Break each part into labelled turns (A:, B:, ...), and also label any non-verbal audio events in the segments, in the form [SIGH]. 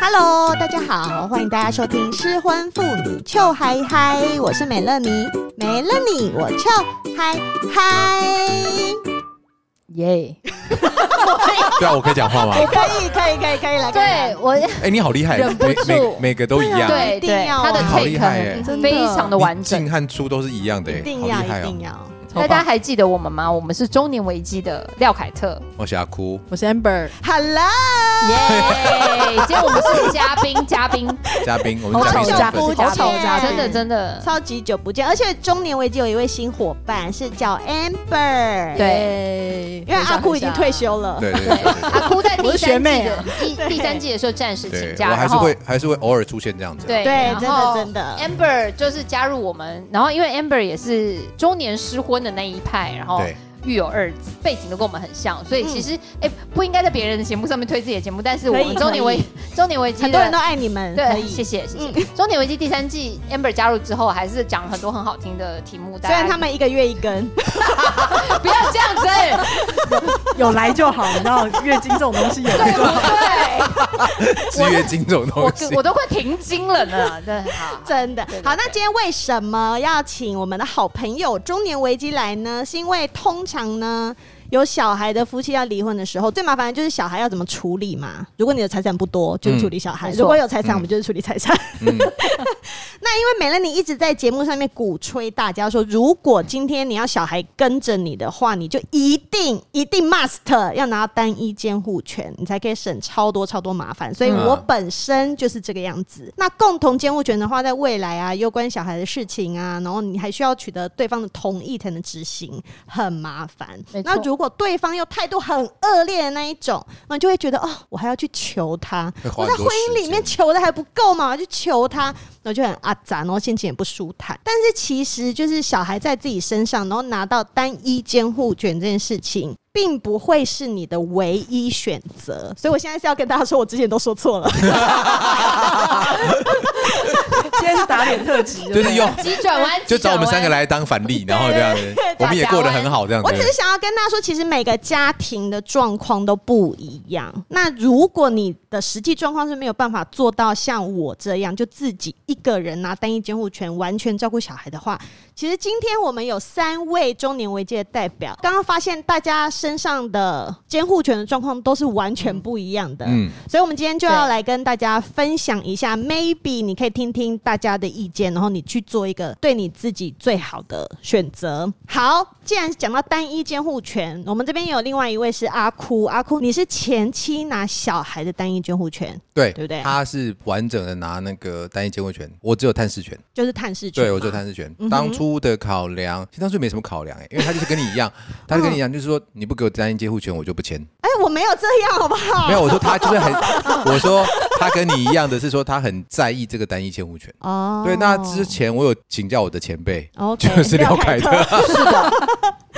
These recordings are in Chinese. A: Hello，大家好，欢迎大家收听《失婚妇女俏嗨嗨》，我是美乐妮，美乐妮，我俏嗨嗨，
B: 耶！
C: [LAUGHS] 对啊，我可以讲
B: [LAUGHS]
C: 话吗？
A: 可以，可以，可以，可以来，可以来
B: 对我
C: 哎，你好厉害，
B: 忍不
C: 每
B: 住
C: 每每个都一样，
B: 对
A: 一定
B: 对，
A: 要
B: 他的
A: 啊
C: 好厉害
B: take
C: 耶
B: 很
A: 真的
B: 非常的完整。
C: 进和出都是一样的，哎
A: 一定
C: 好厉
A: 要，
C: 害
A: 一
C: 哦
A: 定！要，
B: 那大家还记得我们吗？我们是中年危机的廖凯特，
C: 我想要哭，
D: 我是 Amber，
A: Hello，
B: 耶！ [LAUGHS] 今天我们是嘉宾，嘉宾，
C: 嘉宾，我
B: [LAUGHS] 好
C: 们嘉
B: 丑
C: 宾是
B: 嘉宾，
C: 粉丝
A: 不
B: 好
A: 见
B: 丑嘉宾，真的
A: 对
B: 真的，
A: 超级久不见，而且中年危机有一位新伙伴是叫 Amber，
B: 对
D: 对
A: 因为阿酷已经退，休了，
C: 对对对对对
B: 阿哭在第
D: 我是
B: 三
D: 学
B: 季
D: 妹
B: 的
D: 啊
B: 第第三季的时候暂时 [LAUGHS] 请
C: 对，
B: 假，
C: 我还
B: 然
C: 是
B: 后
C: 会还是会偶尔出现这样子，啊
B: 对
A: 对，真的
B: 的。
A: 真的，
B: Amber 就是加入我们，然后因为 Amber 也是中年失婚的那一派，然后
C: 对，
B: 育有二子，背景都跟我们很像，所以其实哎、不应该在别人的节目上面推自己的节目，但是我
A: 嗯可
B: 们
A: 以
B: 中年危
A: 可
B: 中年危机的
A: 很多人都爱你们，可
B: 对，
A: 以嗯
B: 谢。谢谢谢。中年危机第三季 Amber 加入之后，还是讲了很多很好听的题目，大
A: 虽
B: 家
A: 然他们一个月一根，
B: [LAUGHS] 不要这样子，哎
D: 有来就好，你知道月经这种东西有
B: 对不对？
C: 是月经这种东
B: 哎我
A: [LAUGHS]
C: 西，
B: 我都快停经了呢，真的好。
A: 真的
B: 对对
A: 好。那
B: 对
A: 今天为什么要请我们的好朋友中年危机来呢？是因为通常呢，有小孩的夫妻要离婚的时候，最麻烦的就是小孩要怎么处理嘛。如果你的财产不多，就是处理小孩；
B: 没错
A: 如果有财产，
C: 嗯
A: 我们就是处理财产。
C: 嗯，
A: 因为美乐你一直在节目上面鼓吹大家说，如果今天你要小孩跟着你的话，你就一定一定 must 要拿到单一监护权，你才可以省超多超多麻烦。所以
C: 嗯
A: 我本身就是这个样子。那共同监护权的话，在未来啊，有关小孩的事情啊，然后你还需要取得对方的同意才能执行，很麻烦
B: 没。错
A: 那如果对方又态度很恶劣的那一种，那你就会觉得哦，我还要去求他，
C: 会花
A: 我在
C: 很
A: 婚
C: 多时
A: 姻里
C: 间
A: 面求的还不够嘛，我就求他，然后就很阿杂，然后心情也不舒坦。但是其实就是小孩在自己身上，然后拿到单一监护权这件事情，并不会是你的唯一选择。所以我现在是要跟大家说，我之前都说错了，
D: 今天是打脸特辑，
C: 就
D: 对不
C: 是
D: 对
B: [LAUGHS]
C: 用
B: 急转弯，
C: 就找我
B: 急转
C: 们
B: 弯
C: 三个。来当反例，然后这样子， [LAUGHS] 我们也过得很好，这样子
A: 我只，是想要跟大家说，其实每个家庭的状况都不一样。那如果你的实际状况是没有办法做到像我这样，就自己一个人拿单一监护权完全照顾小孩的话，其实今天我们有三位中年危机的代表，刚刚发现大家身上的监护权的状况都是完全不一样的。
C: 嗯，
A: 所以，我们今天就要来跟大家分享一下，maybe 你可以听听大家的意见，然后你去做一个对你自己最好的选择。好，既然讲到单一监护权，我们这边有另外一位是阿哭，阿哭，你是前妻拿小孩的单一监护权，
C: 对
A: 对不对
C: 他是完整的拿那个单一监护权，我只有探视权。
A: 就是探视权嘛。
C: 对，我做探视权
A: 嗯哼。
C: 当初的考量，其实当初没什么考量哎、因为他就是跟你一样，他就跟你
B: 嗯
C: 一样，就是说你不给我单一监护权，我就不签。
A: 哎、我没有这样，好不好？
C: [LAUGHS] 没有，我说他就是很，我说他跟你一样的是说他很在意这个单一监护权。
A: 哦
C: 对，那之前我有请教我的前辈，
A: OK
C: 就是廖凯
A: 特
C: 特，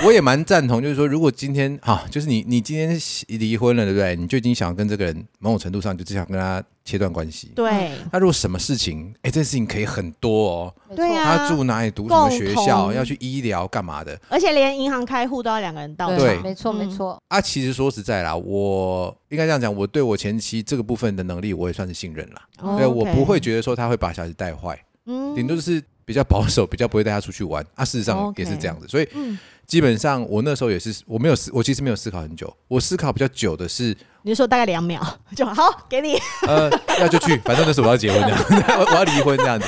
C: 我也蛮赞同，就是说如果今天啊，就是你你今天离婚了，对不对？你就已经想跟这个人某种程度上就只想跟他切断关系。
A: [LAUGHS] 对
C: 那如果什么事情，哎，这事情可以很多哦，
B: 没错
A: 对啊
C: 他住哪里，读什么学
A: 共
C: 校，
A: 同
C: 要去医疗干嘛的。
A: 而且连银行开户都要两个人到场。
C: 对
B: 没错
A: 嗯
B: 没错，
C: 啊，其实说实在啦，我应该这样讲，我对我前妻这个部分的能力，我也算是信任啦。
A: 哦
C: 对
A: OK
C: 我不会，觉得说他会把小孩子带坏，
A: 嗯
C: 顶多就是比较保守，比较不会带他出去玩。啊，事实上
A: OK
C: 也是这样子，所以
A: 嗯，
C: 基本上我那时候也是，我没有思，我其实没有思考很久，我思考比较久的是，
A: 你就说大概两秒就好，给你。
C: 呃，要就去，反正那时候我要结婚这样， [LAUGHS] 我我要离婚这样子。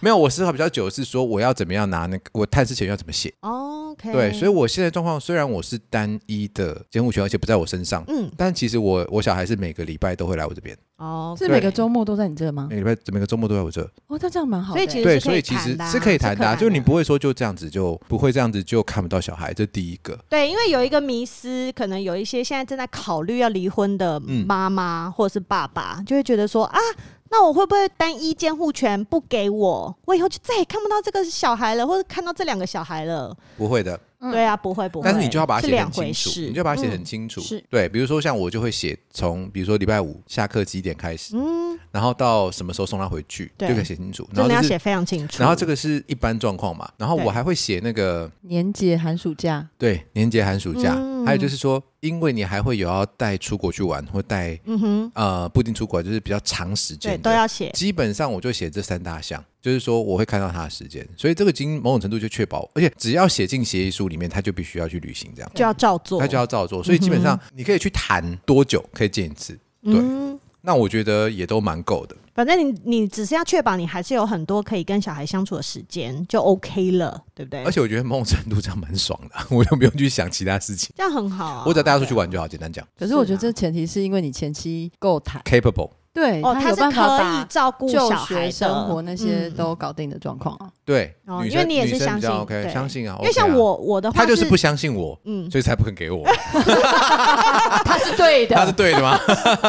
C: 没有，我思考比较久的是说我要怎么样拿那个我探视前要怎么写。
A: OK，
C: 对，所以
A: 以
C: 我现在状况虽然我是单一的监护权，而且不在我身上，
A: 嗯
C: 但其实我我小孩是每个礼拜都会来我这边。
A: 哦，
D: 是每个周末都在你这
A: 嗯
D: 吗？
C: 每个礼拜每个周末都在我这，
D: 哦，那这样蛮好
A: 所
D: 的欸。
A: 以其实
C: 对，
A: 是
C: 所以其实是可以谈的啊，就是你不会说就这样子就不会这样子就看不到小孩，这第一个。
A: 对，因为有一个迷思，可能有一些现在正在考虑要离婚的
C: 嗯
A: 妈妈或者是爸爸，就会觉得说啊，那我会不会单一监护权不给我，我以后就再也看不到这个小孩了，或者看到这两个小孩了？
C: 不会的，
B: 嗯
A: 对啊，不会不会，
C: 但是你就要把它
A: 是
C: 写得
A: 两
C: 很
A: 回
C: 清楚，
A: 事，
C: 你就要把它写得很
A: 嗯
C: 清楚。
B: 是
C: 对，比如说像我就会写从，比如说礼拜五下课几点开始，
A: 嗯，
C: 然后到什么时候送他回去，就
A: 对
C: 可以写清楚。然
A: 真
C: 后
A: 的
C: 这
A: 要写
C: 是，
A: 非常清楚。
C: 然后这个是一般状况嘛，然后
A: 对
C: 我还会写那个
D: 年节寒暑假，
C: 对年节寒暑假，
A: 嗯
C: 还有就是说，因为你还会有要带出国去玩或带
A: 嗯哼，
C: 呃不一定出国，就是比较长时
A: 对，
C: 间
A: 都
C: 的。
A: 要写，
C: 基本上我就写这三大项，就是说我会看到他的时间，所以这个已经某种程度就确保，而且只要写进协议书里面，他就必须要去履行这样。
A: 就要照做。
C: 他就要照做。所以基本上你可以去谈多久可以见一次，对
A: 嗯，
C: 那我觉得也都蛮够的。
A: 反正你你只是要确保你还是有很多可以跟小孩相处的时间，就 OK 了，对不对？
C: 而且我觉得某种程度这样蛮爽的， [LAUGHS] 我就不用去想其他事情，
A: 这样很好啊。
C: 我只要带他出去玩就好。简单讲
D: 可是我觉得
A: 是
D: 这前提是因为你前期够谈，
C: ，capable，
D: 对，
A: 哦，
D: 他
A: 他
D: 有
A: 是
D: 办法
A: 可以
D: 把
A: 照顾
D: 就
A: 小孩
D: 学
A: 的
D: 生活那些
A: 嗯
D: 都搞定的状况啊。
C: 对，
A: 哦
C: 女
A: 因为
C: 生
A: 你也是
C: 女生比较
A: 相信
C: OK，
A: 对
C: 相信啊，
A: 因为像
C: OK 啊，
A: 我我的话
C: 他就是不相信我，
A: 嗯，
C: 所以才不肯
A: [LAUGHS]
C: 给我。
B: 他是对
A: 啊
C: 他是
B: 的，
C: 对的吗？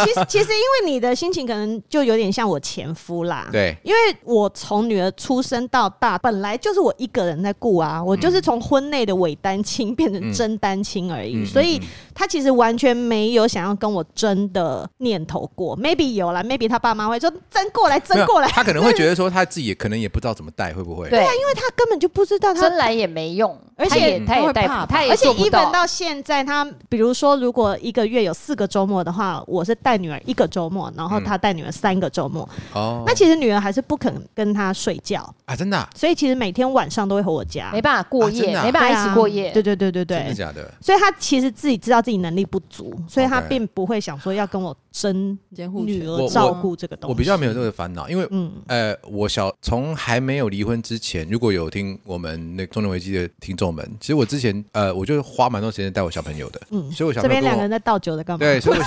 A: 其实其实因为你的心情可能就有点像我前夫啦，
C: [LAUGHS] 对，
A: 因为我从女儿出生到大，本来就是我一个人在顾啊，我就是从婚内的伪单亲变成真单亲而已，
C: 嗯嗯
A: 所以
C: 嗯
A: 他其实完全没有想要跟我争的念头过。Maybe 有啦 m a y b e 他爸妈会说争过来，
C: 没
A: 争
C: 有
A: 过来，
C: [LAUGHS] 他可能会觉得说他自己也可能也不知道怎么带，会不会？
B: 对，
A: 因为他根本就不知道他
B: 真来也没用，
A: 而且
B: 他也他
D: 他
B: 也
D: 会
B: 带
D: 怕
B: 不，他也
A: 而且
B: 做不
A: even
B: 到。
A: 到现在，他比如说，如果一个月有四个周末的话，我是带女儿一个周末，然后他带女儿三个周末。
C: 嗯哦，
A: 那其实女儿还是不肯跟他睡觉，
C: 啊，真的啊，
A: 所以其实每天晚上都会回我家，
B: 没办法过
C: 啊真
B: 夜，
C: 的啊
B: 没办法一起过夜。
A: 对对对对
C: 真的
A: 对。
C: 假的？
A: 所以他其实自己知道自己能力不足，所以他
C: OK
A: 并不会想说要跟我争
D: 监护
A: 女
D: 权，
A: 儿
C: 我
A: 照顾这个东西。
C: 我比较没有这个烦恼，因为
A: 嗯，
C: 呃，我小从还没有离婚之前，如果有听我们那个中年危机的听众们，其实我之前呃，我就花蛮多时间带我小朋友的，
A: 嗯
C: 所以我小
A: 这
C: 朋
A: 边
C: 友跟
A: 两个
C: 我
A: 人在倒酒的干嘛？
C: 对，所以我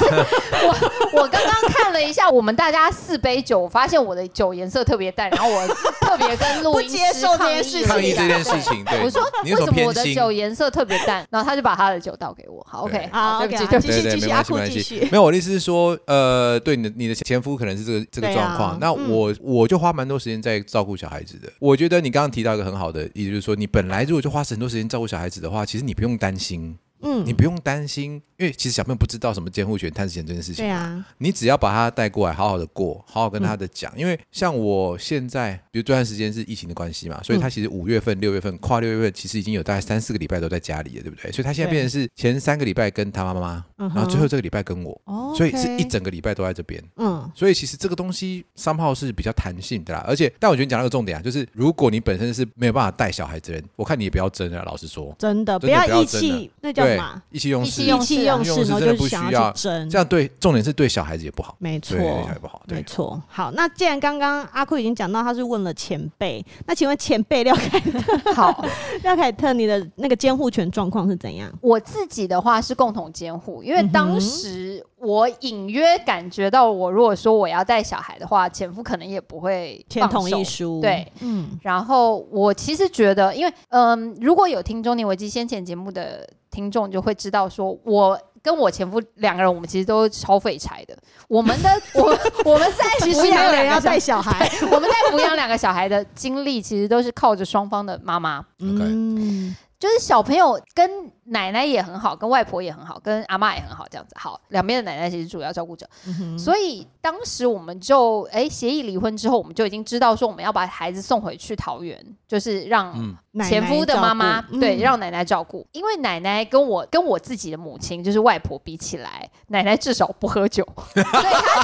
B: 我刚刚看了一下，我们大家四杯酒，我发现我的酒颜色特别淡，然后我特别跟录
A: [LAUGHS]
B: 音
A: 不接
B: 师
A: 受这
B: 抗议
A: 件事情
C: 抗议这件事情，对，
B: 我说
C: 你
B: 为
C: 有
B: 什么我
C: 偏
B: 的
C: 心？
B: 酒颜色特别淡？然后他就把他的酒倒给我。好
C: 对
B: ，OK，
A: 好
B: 对不
A: ，OK，
B: 起，
A: 好
B: 对不
A: 继
B: 起。
A: 续
C: 对对，
A: 继
C: 没
A: 续，阿酷
C: 关系，没关
A: 继
C: 系
A: 续。。 [LAUGHS]
C: 没有，我的意思是说，呃，对你的你的前夫可能是这个这个
A: 对啊
C: 状况，那
A: 嗯
C: 我我就花蛮多时间在照顾小孩子的。我觉得你刚刚提到一个很好的意思，就是说，你本来如果就花很多时间照顾小孩子的话，其实你不用担心，
A: 嗯
C: 你，不用担心，因为其实小朋友不知道什么监护权、探视权这件事情
A: 对。啊，
C: 你只要把他带过来，好好的过，好好跟他的讲，因为像我现在，比如这段时间是疫情的关系嘛，所以他其实五月份、六月份跨六月份，其实已经有大概三四个礼拜都在家里了，对不对？所以他现在
A: 对
C: 变成是前三个礼拜跟他妈妈，
A: 嗯哼
C: 然后最后这个礼拜跟我，
A: 哦，
C: 所以是一，整个礼拜都在这边。
A: 嗯，
C: 所以其实这个东西三号是比较弹性的啦，而且但我觉得你讲到一个重点啊，就是如果你本身是没有办法带小孩子的人，我看你也不要争啊了，老实说，
A: 真的
C: 真的
A: 不要
C: 不要
A: 意
C: 争啊
A: 气，那叫什
C: 对
A: 么啊？，
C: 意气用
B: 意气
C: 事，
A: 意
B: 用
A: 气
B: 事
A: 用
C: 用
A: 事，
C: 事
A: 然后
C: 真的
A: 就
C: 不
A: 是
C: 需
A: 想
C: 要
A: 去争，
C: 这样对，重点是对小孩子也不好，
A: 没
C: 对对小
A: 错
C: 孩。不好，对
A: 没。错，好，那既然刚刚阿酷已经讲到他是问了前辈，那请问前辈廖凯 [LAUGHS]
B: 好，
A: 廖凯特你的那个监护权状况是怎样？
B: 我自己的话是共同监护，因为
A: 嗯哼
B: 当时我隐约感觉到，我如果说我要带小孩的话，前夫可能也不会
A: 签
B: 放
A: 同
B: 手
A: 意书，
B: 对，
A: 嗯，
B: 然后我其实觉得，因为嗯，如果有听《中年危机》先前节目的听众就会知道说，我跟我前夫两个人，我们其实都超废柴的。我们的我我们在
A: 其实
B: 抚
A: 没
B: 养
A: 有人
B: 两
A: 要
B: 个小
A: 带，小孩，
B: 我们在抚养两个小孩的经历，其实都是靠着双方的妈妈。
A: 嗯，
B: 就是小朋友跟奶奶也很好，跟外婆也很好，跟阿妈也很好，这样子好。两边的奶奶其实主要照顾者，
A: 嗯哼
B: 所以当时我们就哎协议离婚之后，我们就已经知道说我们要把孩子送回去桃园，就是让
C: 嗯
A: 奶奶
B: 前夫的妈妈
A: 照顾
B: 对
A: 嗯
B: 让奶奶照顾，因为奶奶跟我跟我自己的母亲就是外婆比起来，奶奶至少不喝酒，所以她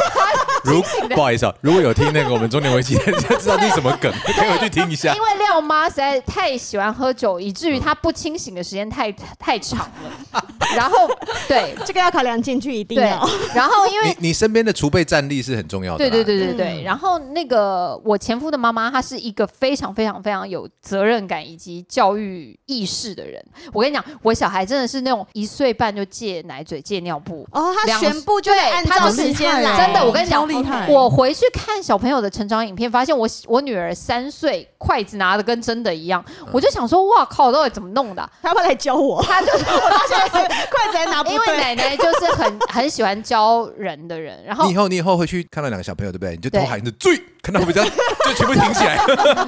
C: 如不好意思啊，如果有听那个我们中年危机，的人就知道这是什
B: [LAUGHS]
C: 么梗，可以回去听一
A: 啊
C: 下
B: 因。为
A: [LAUGHS]
B: 廖妈实在太喜欢喝酒，以至于她不清醒的时间太太长了，然后对
A: 这个要考量进去，一定
B: 对
A: [LAUGHS] 要。，
B: 然后因为
C: 你你身边的储备战力是很重要的。
B: 对对。对对对。
A: 嗯
B: 然后那个我前夫的妈妈，她是一个非常非常非常有责任感以及教育意识的人。我跟你讲，我小孩真的是那种一岁半就戒奶嘴、戒尿布。
A: 哦，他
B: 两
A: 全部就是
B: 对
A: 按
B: 他
A: 照
B: 就是
A: 时间
D: 厉害
A: 来，
B: 真的，我跟你讲
D: 超厉害，
B: 我哦回去看小朋友的成长影片，发现我我女儿三岁，筷子拿的跟真的一样，
C: 嗯
B: 我就想说，哇靠，到底怎么弄的啊？
A: 他会来教我，
B: 她就
A: 我到现在是筷子还拿不
B: 因为
A: 对。
B: 奶奶就是很 [LAUGHS] 很喜欢教人的人，然后
C: 你以后你以后会去看到两个小朋友，对不对？你就
B: 对
C: 偷喊一声“追”，看到我们家就全部停
B: [LAUGHS]
C: 起来。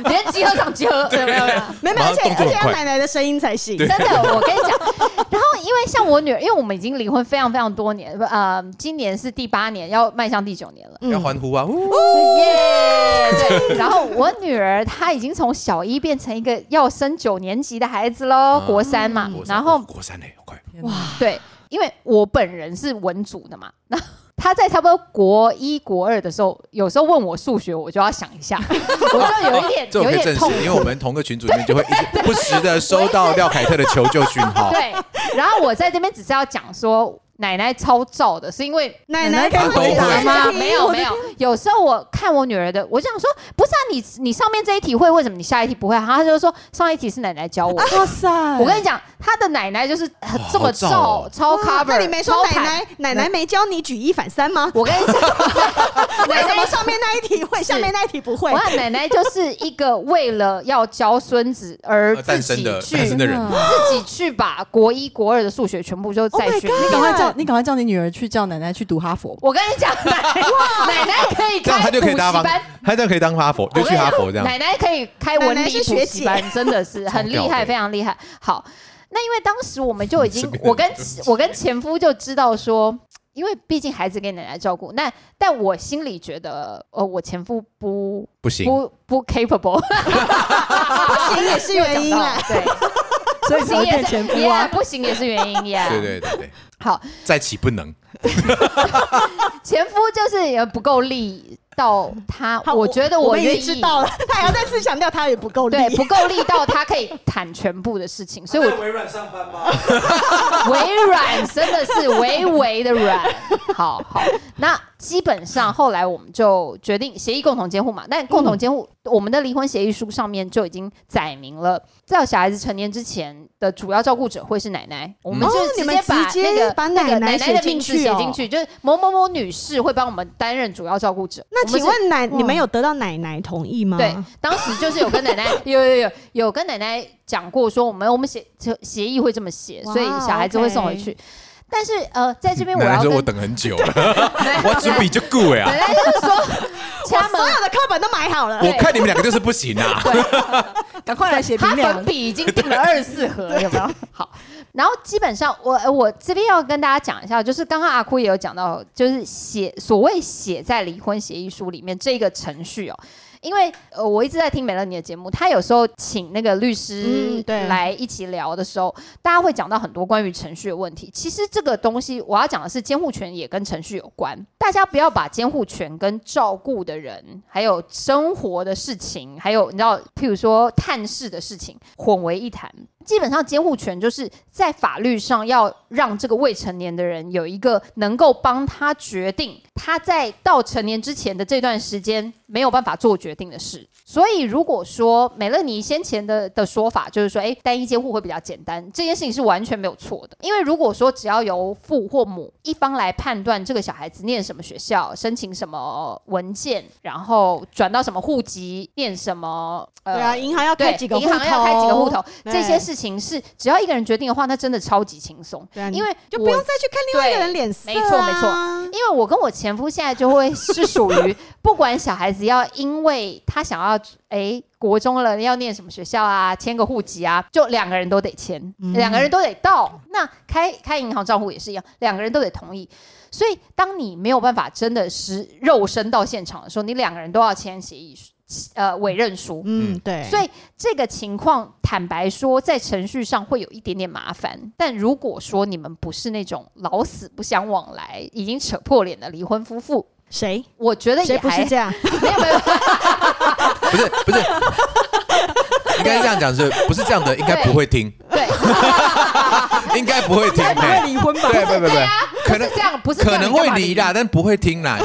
B: 连集合场集
C: [LAUGHS]
B: 合，有没有？没有
A: 没没，
C: 马
A: 而
C: 上
A: 且
C: 动作
A: 而且
C: 很
A: 要
C: 快
A: 奶奶的声音才行。
B: 真的，我跟你讲。 [LAUGHS] 然后，因为像我女儿，因为我们已经离婚非常非常多年，呃，今年是第八年，要迈向第九年了。
A: 嗯
C: 要欢呼啊！呜
B: 耶！对，然后我女儿她已经从小一变成一个要升九年级的孩子喽，
C: 嗯
B: 国三嘛。
C: 国三
B: 然后
C: 国哦三嘞，好快！
D: 哇，
B: 对，因为我本人是文组的嘛，那她在差不多国一、国二的时候，有时候问我数学，我就要想一下， [LAUGHS] 我就有一点
C: [LAUGHS] 这
B: 有
C: 我可
B: 一
C: 以
B: 点
C: 证实
B: 痛，
C: 因为我们同个群组里面就会一直不时的收到廖凯特的求救讯号。
B: 对，然后我在这边只是要讲说，奶奶超燥的，是因为
A: 奶奶可
C: 她
A: 以
C: 都
A: 回
C: 会
A: 答
C: [LAUGHS]
A: 吗？
B: 没有没有，哦有时候我看我女儿的，我就想说，不是啊，你你上面这一题会，为什么你下一题不会？然后她就说上一题是奶奶教我。
D: [LAUGHS] 哇塞！
B: 我跟你讲，她的奶奶就是很
C: 哇
B: 这么
C: 啊好燥
B: 燥
C: 哦，
B: 超
A: 哇
B: cover，
A: 那你没说
B: 超
A: 奶
B: 砍。
A: 奶奶奶没教你举一反三吗？
B: 我跟
C: [LAUGHS]
B: 你讲，
A: 为什么上面那一题会，下面那一题不会
B: 我？看奶奶就是一个为了要教孙子而
C: 呃
B: 自
C: 诞
B: 己
C: 生的
B: 去嗯
C: 诞生的人，
B: 自己去把国一国二的数学全部就再
A: Oh my
B: 学
A: God
D: 你赶快叫你赶快叫你女儿去叫奶奶去读哈佛。
B: 我跟你讲，奶奶奶可以
C: 这样
B: 开
C: 他就
B: 补
C: 可
B: 习
C: 以当哈佛
B: 班，，
C: 他这样可以当哈佛，就去哈佛这样。
B: 奶奶可以开文理补习
A: 奶
B: 班，真的是很厉
C: [LAUGHS] 超屌
B: 害，
C: 的
B: 非常厉害。好，那因为当时我们就
C: [LAUGHS]
B: 已经
C: 身边，的
B: 我跟我跟前夫就知道说。因为毕竟孩子给奶奶照顾，那但我心里觉得，呃，我前夫不
C: 不行，
B: 不不 capable， [LAUGHS]
A: 不行也是原因啊。 [LAUGHS]
B: 对，
D: 所以
B: 不
D: 才会
B: 行也
D: 变
B: 是
D: 前夫啊
B: yeah，不行也是原因呀。
C: [LAUGHS] 对对对对，
B: 好，
C: 再起不能。
B: 前夫就是也不够力到他，
A: 好
B: 我觉得
A: 我们已
B: 愿
A: 经
B: 意
A: 知道了，他还要再次强调，他也不够力。
B: 对，不够力到他可以谈全部的
E: [LAUGHS]
B: 事情，所以我
E: 微软上班吗？
B: [LAUGHS] 微软真的是微微的软。好好，那基本上后来我们就决定协议共同监护嘛，但共同监
A: 嗯
B: 护、我们的离婚协议书上面就已经载明了，在小孩子成年之前的主要照顾者会是奶奶，我们
C: 嗯
B: 就
A: 哦你
B: 直
A: 们
B: 接把
A: 直接
B: 那个
A: 把
B: 那个
A: 奶奶
B: 奶
A: 写
B: 的
A: 进
B: 名字
A: 去
B: 写
A: 哦
B: 进去，就是某某某女士会帮我们担任主要照顾者。
A: 那
B: 我们
A: 请
B: 是嗯
A: 问奶，
D: 哇
A: 你们有得到奶奶同意吗？
B: 对，当时就是有跟
A: [LAUGHS]
B: 奶奶有有有有跟奶奶讲过，说我们我们协协协议会这么写，
A: 哇
B: 所以小孩子会送回去。但是呃，在这边我
C: 奶奶
B: 要
C: 嗯说：“
B: 跟 [LAUGHS]
C: 我等很久了，
B: 奶
C: 我准备就顾哎
B: 奶
C: 啊，
B: 奶就是说，
A: 我
B: 家门
A: 所有的课本都买
B: [LAUGHS]
A: 好了。
C: 我看你们两个就是不行啊。
D: 赶快来写
B: 他
D: 评
B: 粉
D: 量。
B: 笔已经订了二十
A: [LAUGHS]
B: 四盒，
A: 啊
B: 有没有？好，然后基本上我呃我这边要跟大家讲一下，就是刚刚阿哭也有讲到，就是写所谓写在离婚协议书里面这个程序哦。因为呃，我一直在听美乐你的节目，他有时候请那个律师
A: 嗯对
B: 来一起聊的时候，大家会讲到很多关于程序的问题。其实这个东西我要讲的是，监护权也跟程序有关。大家不要把监护权跟照顾的人，还有生活的事情，还有你知道，譬如说探视的事情混为一谈。基本上，监护权就是在法律上要让这个未成年的人有一个能够帮他决定他在到成年之前的这段时间没有办法做决定的事。所以，如果说美乐妮先前的的说法就是说，诶，单一监护会比较简单，这件事情是完全没有错的。因为如果说只要由父或母一方来判断这个小孩子念什么学校、申请什么文件，然后转到什么户籍、念什么，呃，
A: 对啊，银行要
B: 对，
A: 开几个户
B: 银
A: 头，
B: 行要开几个户，头，
A: 对
B: 这些事情是只要一个人决定的话，那真的超级轻松，
A: 对啊
B: 因为
A: 就
B: 我
A: 不用。再去看另外一个人脸色、啊。
B: 对没错没
A: 错。
B: 因为我跟我前夫现在就会是属于，不管小孩子要因为他想要诶国中了要念什么学校啊，迁个户籍啊，就两个人都得迁，
A: 嗯
B: 两个人都得到。那开开银行账户也是一样，两个人都得同意。所以当你没有办法真的是肉身到现场的时候，你两个人都要签协议书，呃委任书。
A: 嗯，对。
B: 所以这个情况，坦白说，在程序上会有一点点麻烦。但如果说你们不是那种老死不相往来、已经扯破脸的离婚夫妇，
A: 谁
B: 我觉得也
A: 谁不
B: 还 [LAUGHS]
A: 是这样？
B: 没有没有，
C: 不是不是，应该这样讲是，不是这样的，应该不会听，
B: 对，
C: 应该不
B: [LAUGHS]
C: 会听
D: 该不
C: 欸
D: 会离婚吧？
C: 对，不不不，可能
B: 是这样不是这
C: 可
B: 样
C: 能
B: 你干
C: 会
B: 嘛
C: 离啦，但不会
B: [LAUGHS]
C: 听啦。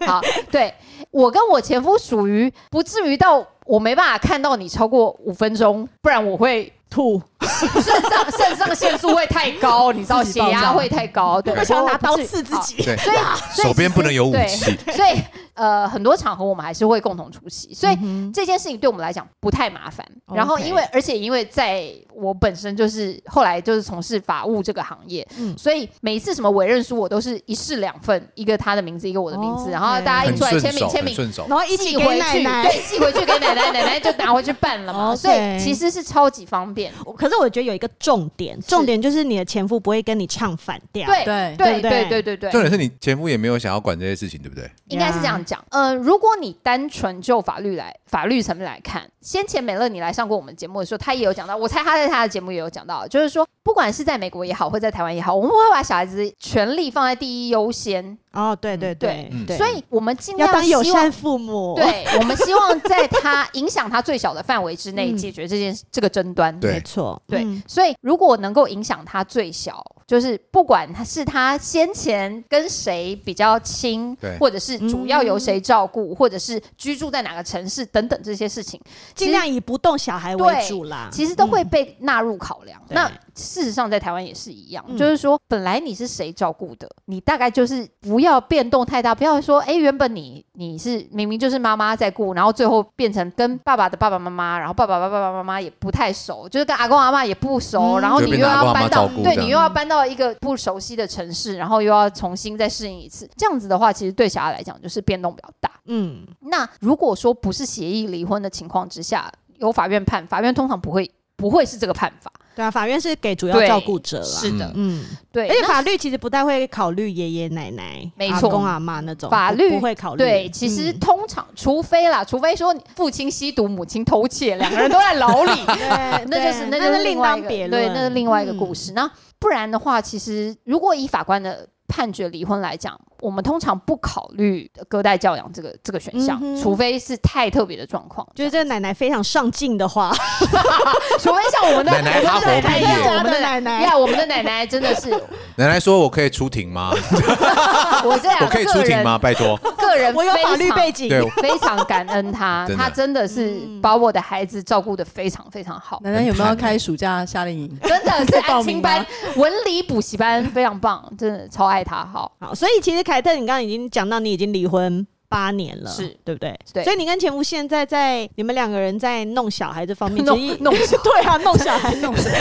B: 好，对我跟我前夫属于不至于到我没办法看到你超过五分钟，不然我会
D: 吐，
B: [LAUGHS] 肾上肾上腺素会太高，你知道
D: 自
B: 血
D: 己爆
B: 压
D: 炸
B: 会太高，对，
A: 我想拿刀
B: 不至于
A: 刺自。己。
C: 对，
B: 好所以所以
C: 手边
B: 其实
C: 不能有武
B: 对
C: 器。
B: 所以呃，很多场合我们还是会共同出席，所以这件事情对我们来讲不太麻烦。然后
A: 嗯 OK
B: 因为而且因为在我本身就是后来就是从事法务这个行业，
A: 嗯
B: 所以每一次什么委任书我都是一式两份，一个他的名字，一个我的名字，
A: 哦 OK
B: 然后大家
C: 很
B: 哎印出来
C: 顺
B: 签名
C: 手，
B: 签
C: 很
B: 名。
C: 顺手。
A: 然后一起
B: 寄
A: 给
B: 回
A: 奶
B: 去，
A: 奶。哦
B: 对，寄回去给奶奶，奶奶就拿回去办
A: [LAUGHS]
B: 了嘛。
A: OK
B: 所以其实是超级方便。
A: 我 [LAUGHS] 可是我觉得有一个重点，重点就是你的前夫不会跟你唱反调。
B: 对，
D: 对
A: 对
B: 对，对，
A: 不
B: 对，
A: 对
B: 对，对。
C: 重点是你前夫也没有想要管这些事情，对不对？
B: 应该是这样讲。呃，如果你单纯就法律来法律层面来看，先前美乐你来上过我们节目的时候，他也有讲到，我猜他在他的节目也有讲到，就是说，不管是在美国也好，或在台湾也好，我们会把小孩子权利放在第一优先，
A: 哦，对对对
C: 嗯
A: 对，
B: 所以我们尽
A: 要
B: 量
A: 当
B: 希
A: 友
B: 望
A: 善。父母。，
B: 对，我们希望在他影响他最小的范围之内
A: 嗯
B: 解决这件、这个争端。
C: 对
A: 没错，
B: 对，
A: 嗯
B: 所以如果能够影响他最小，就是不管他是他先前跟谁比较亲
C: 对，
B: 或者是主要由谁照顾，或者是居住在哪个城市等等这些事情，
A: 尽量以不动小孩为
B: 对
A: 主
C: 啊
A: 啦。
B: 其实都会
A: 嗯
B: 被纳入考量。
A: 对
B: 那事实上在台湾也是一样，
A: 嗯
B: 就是说本来你是谁照顾的，你大概就是不要变动太大，不要说哎、诶原本你你是明明就是妈妈在顾，然后最后变成跟爸爸的爸爸妈妈，然后爸爸爸爸爸爸妈妈也不太熟，就是跟阿公阿妈也不熟，
A: 嗯
B: 然后哦你
C: 就
B: 又
C: 变成阿公
B: 要
C: 阿嬷
B: 搬
C: 照
B: 到
C: 顾
B: 对
C: 这样
B: 你又要搬到一个不熟悉的城市，然后又要重新再适应一次，这样子的话，其实对小孩来讲就是变动比较大。
A: 嗯，
B: 那如果说不是协议离婚的情况之下，由法院判，法院通常不会不会是这个判法。
A: 对啊，法院是给主要
B: 对
A: 照顾者啦。
B: 是的，
A: 嗯，
B: 对，
A: 而且
B: 那
A: 法律其实不太会考虑爷爷奶奶、
B: 没
A: 阿
B: 错
A: 公阿妈那种，
B: 法
A: 不
B: 律
A: 不会考虑。嗯
B: 对，其实 [LAUGHS] 通常除非啦，除非说你父亲吸毒，母亲偷窃，两个人都在牢里，
A: 对，
B: [LAUGHS] 那就是
A: 对
B: 那就是
A: 是
B: 另
A: 另
B: 外一
A: 当
B: 个
A: 别论，
B: 对，那是另外一个
A: 嗯
B: 故。事。那不然的话，其实如果以法官的判决离婚来讲，我们通常不考虑隔代教养这个这个选项，
A: 嗯哼
B: 除非是太特别的状况，
A: 就是这个奶奶非常上进的话，
B: [LAUGHS] 除非像我们的
C: 奶奶哎
A: [LAUGHS]
C: 哈佛
B: 我们的奶
C: 毕
B: 奶
C: 业
B: 哎我们的
A: 奶奶
B: 呀，我们的奶奶真的
A: [LAUGHS]
B: 是，
C: 奶奶说：“我可以出庭
B: [LAUGHS]
C: 吗？
B: 我这
C: 我
B: 两
C: 可以
B: 个
C: 出庭
B: 人
C: 吗？
B: [LAUGHS]
C: 拜托。
B: 个人
A: 我有
B: 非
A: 法律
B: 常
A: 背景，嗯
C: 对，
B: 非常感恩他，
C: [LAUGHS] 真的
B: 他真的是把我的孩子照顾的非常非常好，
D: 奶奶有没有开暑假夏令营？
B: 真
A: [LAUGHS]
B: 的是
D: 报
B: 安
D: 名
B: 亲
D: 吗
B: 班、文理补习班非常棒，真的超爱他。好，
A: 好，所以其实凯特，你刚刚已经讲到你已经离婚八年了，
B: 是
A: 对不对？
B: 对
A: 所以你跟前夫现在在你们两个人在弄小孩这方面，
B: [LAUGHS] 弄
A: 其实
B: 弄小
A: [LAUGHS] 对啊，弄小孩弄小孩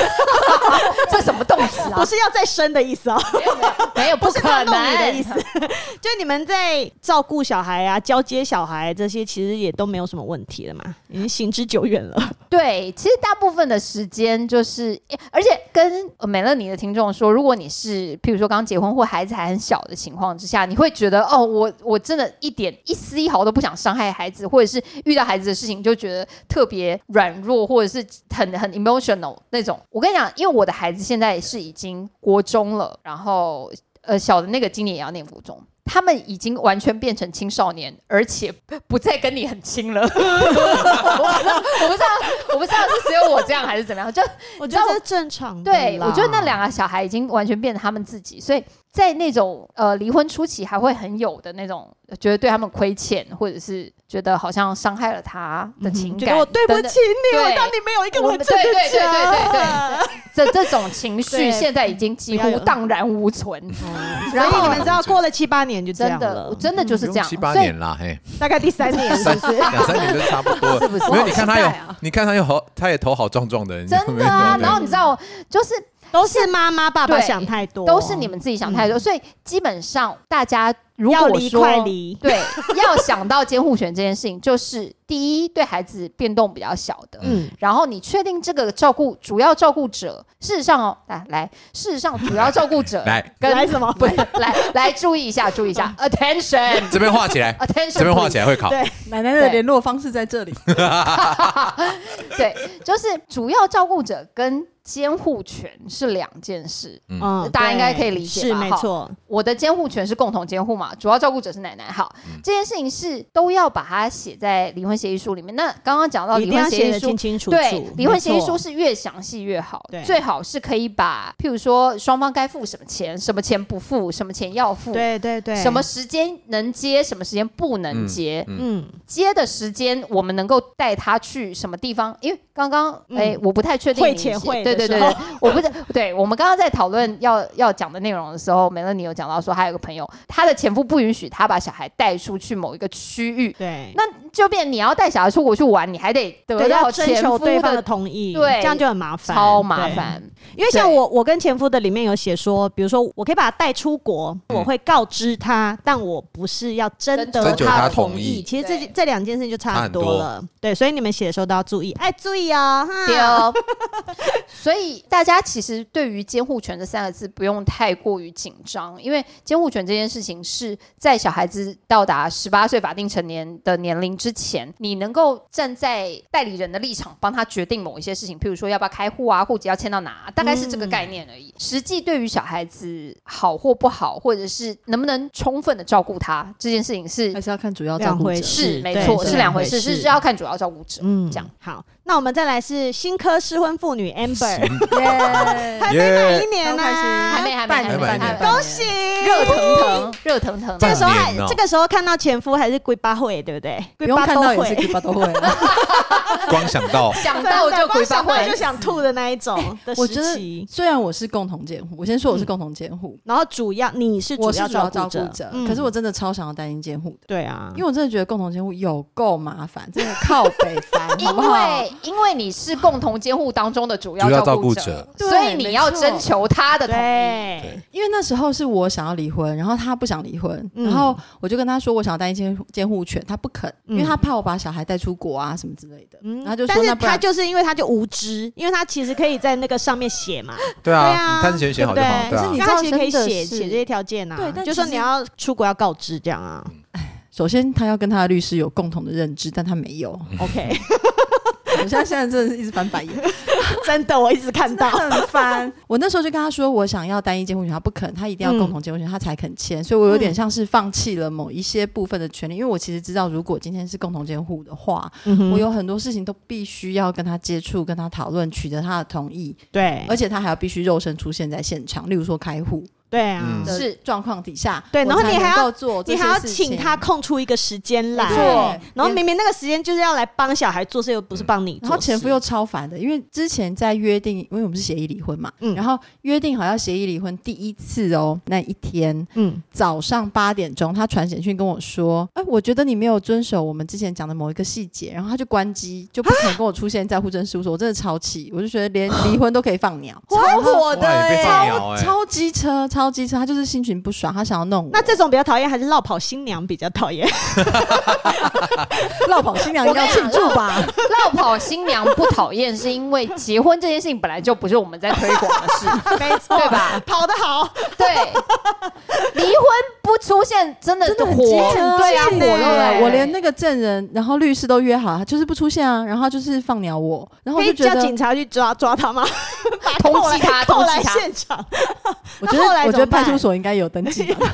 B: 这什么动词啊？ [LAUGHS]
A: 不是要再生的意思哦，
B: 没有，没有没有，不
A: 是
B: 可
A: 弄你的
B: 能
A: 意思。 [LAUGHS] 就你们在照顾小孩啊、交接小孩这些，其实也都没有什么问题了嘛，已经行之久远了。
B: 对，其实大部分的时间就是，诶而且跟呃美乐你的听众说，如果你是譬如说刚结婚或孩子还很小的情况之下，你会觉得哦，我我真的一点一丝一毫都不想伤害孩子，或者是遇到孩子的事情就觉得特别软弱，或者是很很 emotional 那种。我跟你讲，因为我的孩子现在是已经国中了，然后呃小的那个今年也要念国中。他们已经完全变成青少年，而且不再跟你很亲了。 [LAUGHS] 我不知道， [LAUGHS] 我不知道是只有我这样还是怎么样，就
A: 我
B: 觉得
A: 这正常嗯的啦。嗯
B: 对我觉得那两个小孩已经完全变成他们自己，所以在那种呃离婚初期还会很有的那种呃觉得对他们亏欠，或者是觉得好像伤害了他的情
A: 觉得
B: 感，
A: 嗯我对不
B: 等等
A: 起你，
B: 对
A: 我当你没有一个
B: 我
A: 完
B: 们
A: 整的
B: 对对对
A: 家
B: 对对这这种情绪
A: 对
B: 现在已经几
A: 不
B: 乎
A: 要有
B: 荡然无存，然
A: [LAUGHS] 所以
B: 后
A: 你们知道，过了七八年就这
B: 真
A: 样
B: 的我
A: 了，
B: 真的就是
C: 不
B: 这
C: 嗯用
B: 样，
C: 七八
B: 所以
C: 年啦，
B: [LAUGHS]
C: 嘿，
A: 大概第三年是不是？
C: 两三年就差不多。
B: 是不是
C: 没有，你看
B: 好
C: 他
B: 期待
C: 有
B: 啊，
C: 你看他有好，他也头好壮壮的，你知道
B: [LAUGHS] 真
C: [LAUGHS] 没
B: 的
C: 有
B: 啊，
C: 对
B: 然后你知道就是。
A: 都是妈妈爸爸
B: 对
A: 想太多，
B: 都是你们自己想太多，所以基本上大家如果
A: 嗯要
B: 说
A: 离快离
B: 对，要想到监护权这件事情，就是第一对孩子变动比较小的。
A: 嗯
B: 然后你确定这个照顾主要照顾者，事实上哦，来来，事实上主要照顾者
C: [LAUGHS] 来
B: 跟
A: 来嗯什么
B: 不来来注意一下，注意一下
C: [LAUGHS]
B: ，attention
C: 这边画起
B: [LAUGHS]
C: 来，
B: attention，
C: 这边画起
B: [LAUGHS]
C: 来会考。
A: 对
D: 奶奶的联络方式在这里，
B: 对，就是主要照顾者跟监护权是两件事。
A: 嗯
B: 大家应该可以理解
A: 是
B: 吧
A: 没
B: 哈
A: 错，
B: 我的监护权是共同监护嘛，嘛，主要照顾者是奶奶。好，
C: 嗯
B: 这件事情是都要把它写在离婚协议书里面。那刚刚讲到
A: 一
B: 离
A: 定要
B: 婚
A: 哦写
B: 协
A: 的
B: 议书
A: 清，清楚楚。
B: 对，离婚协议
A: 没错
B: 书是越详细越好
A: 对，
B: 最好是可以把，譬如说双方该付什么钱，什么钱不付，什么钱要付，
A: 对对对，
B: 什么时间能接，什么时间不能接，
C: 嗯
A: 嗯，
B: 接的时间我们能够带他去什么地方？因为刚刚
A: 嗯
B: 哎、我不太确定
A: 会
B: 你
A: 前
B: 写
A: 会
B: 对
A: 的
B: 对对
A: 时候
B: 对， [LAUGHS] 我不是对，我们刚刚在讨论要要讲的内容的时候，美乐你有讲到说，还有个朋友，她的前夫不允许她把小孩带出去某一个区域，
A: 对，
B: 那就变你要带小孩出国去玩，你还得得
A: 对要
B: 到
A: 征
B: 前
A: 求
B: 夫
A: 对方的
B: 的。
A: 同意，
B: 对
A: 这样就很麻烦，
B: 超麻
A: 对。
B: 烦，
A: 因为像
B: 对
A: 我，我跟前夫的里面有写说，比如说我可以把他带出国，我会告知他，但我不是要征
B: 征
A: 得
C: 嗯求他
A: 的
C: 同
A: 同
C: 意
A: 其实这
B: 对
A: 这两件事情就差
C: 差
A: 很
C: 很
A: 多
C: 多
A: 了，对，所以你们写的时候都要注意，哎，注意哦，哈，
B: 对哦。 [LAUGHS] 所以大家其实对于监护权这三个字不用太过于紧张，因为监护权这件事情是在小孩子到达十八岁法定成年的年龄之前，你能够站在代理人的立场帮他决定某一些事情，譬如说要不要开户啊，户籍要迁到哪，大概是这个概念而已。实际对于小孩子好或不好，或者是能不能充分的照顾他这件事情是
D: 还是要看主要照
A: 两
D: 顾
A: 回
D: 者。
C: [LAUGHS]
A: 事
B: 是没
A: 对
B: 错，
A: 是
B: 是
A: 两
B: 两
A: 回
B: 回事，
A: 事
B: 是是要看主要照顾者。
A: 嗯，
B: 这样
A: 好。那我们再来是新科失婚妇女 Amber，还
C: [LAUGHS]
A: 没
C: 耶
A: 满一年呢、啊
D: 超开心
B: 还没还没
D: 半
B: 还没
C: 年
B: 还没
A: 恭喜！
B: 热腾腾，热腾腾。
A: 这个时候还
C: 半年哦
A: 这个时候看到前夫还是鬼八会，对不对？
D: 不
A: 鬼
D: 用
A: 八
D: 看
A: 都
D: 到也
A: 会。
D: 是鬼巴都会啊
A: [LAUGHS]
D: 了。
C: 光想到
D: 啊
B: 想到就鬼八
A: 想到
B: 会
A: 就，想吐的那一
D: [LAUGHS]
A: 种的
D: 我
A: 时
D: 觉得
A: 期。
D: 虽然我是共同监护，我先说我是共同监护，
A: 然后主要你是
D: 我
A: 要
D: 是主要照
A: 顾嗯
D: 顾者，可是我真的超想要单一监护的，
A: 对啊，
C: 嗯
D: 因为我真的觉得共同监护有够
A: [LAUGHS]
D: 麻烦，真的靠北烦，好
B: 因
D: 不好？
B: 为因为你是共同监护当中的主
C: 主要
B: 照
C: 顾
B: 者，
D: 对
B: 所以你要
D: 没错
B: 征求他的同意。
A: 对
C: 对
D: 因为那时候是我想要离婚，然后他不想离婚，
A: 嗯
D: 然后我就跟他说我想要单一监监护权，他不肯，
A: 嗯
D: 因为他怕我把小孩带出国啊什么之类的，
A: 嗯
D: 然后他就
A: 但
D: 说
A: 是
D: 那不
A: 他
D: 然
A: 就是因为他就无知，因为他其实可以在那个上面写嘛，
C: 对
A: 对
C: 啊，
A: 啊，
C: 你探险写好就好，
A: 对
C: 对
A: 不
D: 可是
C: 啊
D: 你
A: 对他其实可以
D: 知道真的
A: 写
D: 是
A: 写这些条件啊，
D: 对但
A: 就说
D: 其实
A: 你要出国要告知这样啊
C: [LAUGHS]
D: 首先他要跟他的律师有共同的认知，但他没有。
A: ，OK，
D: 我现在现在真的是一直翻白眼，
A: 真的我一直看到，
D: 很烦。 [LAUGHS] 我那时候就跟他说，我想要单一监护权，他不肯，他一定要
A: 嗯
D: 共同监护权，他才肯签。所以我有点像是放弃了某一些部分的权利，因为我其实知道，如果今天是共同监护的话，我
A: 我
D: 有很多事情都必须要跟他接触、跟他讨论、取得他的同意，
A: 对
D: 而且他还要必须肉身出现在现场，例如说开户
A: 对啊
C: 嗯，
D: 的
B: 是
D: 状况底下，
A: 对然后
D: 我才
A: 你还
D: 能
A: 要
D: 够做这
A: 你
D: 些
A: 还要
D: 事情
A: 请他。空出一个时间来
D: 没错，
A: 然后明明那个时间就是要来帮小孩做事，又不是
C: 嗯
A: 帮你做
D: 然
A: 事，
D: 后前夫又超烦的，因为之前在约定，因为我们是协议离婚嘛，
A: 嗯
D: 然后约定好要协议离婚第一次哦，那一天
A: 嗯
D: 早上八点钟，他传简讯跟我说，哎，我觉得你没有遵守我们之前讲的某一个细节，然后他就关机，就不肯跟我出现在户政事务所，我真的超气，我就觉得连离婚都可以放 [LAUGHS] 鸟，
A: 超火的
C: 哇你被
A: 欸。
C: 放鸟哎，
D: 超机车，超机车，他就是心情不爽，他想要弄我，
A: 那这种比较讨厌，还是落跑新娘比较讨
D: [LAUGHS]
A: 厌？
D: 落跑新娘应该要庆祝 [LAUGHS] 吧？
B: 绕跑新娘不讨厌，是因为结婚这件事情本来就不是我们 [LAUGHS]
C: 哎
B: 在推广的事，
A: 没错，
B: 对吧？
A: 跑得好，
B: 对，离婚不出现 [LAUGHS] 真的
D: 真的很
B: 火，
D: 贱啊
B: 对啊，火
A: 贱欸
B: 热了
A: 对
B: 欸，
D: 我连那个证人，然后律师都约好，他就是不出现啊，然后他就是放鸟我，然后
A: 可
D: 我
A: 以
D: 就觉
A: 叫
D: 得
A: 警察去抓抓他吗？
B: 通
A: 扣来
B: 缉他，通
A: 扣来
B: 缉他，
A: 现场。
D: 我觉得
A: 那后来
D: 我觉
A: 怎么
D: 得
A: 办
D: 派出所应该有登记 [LAUGHS] 吧。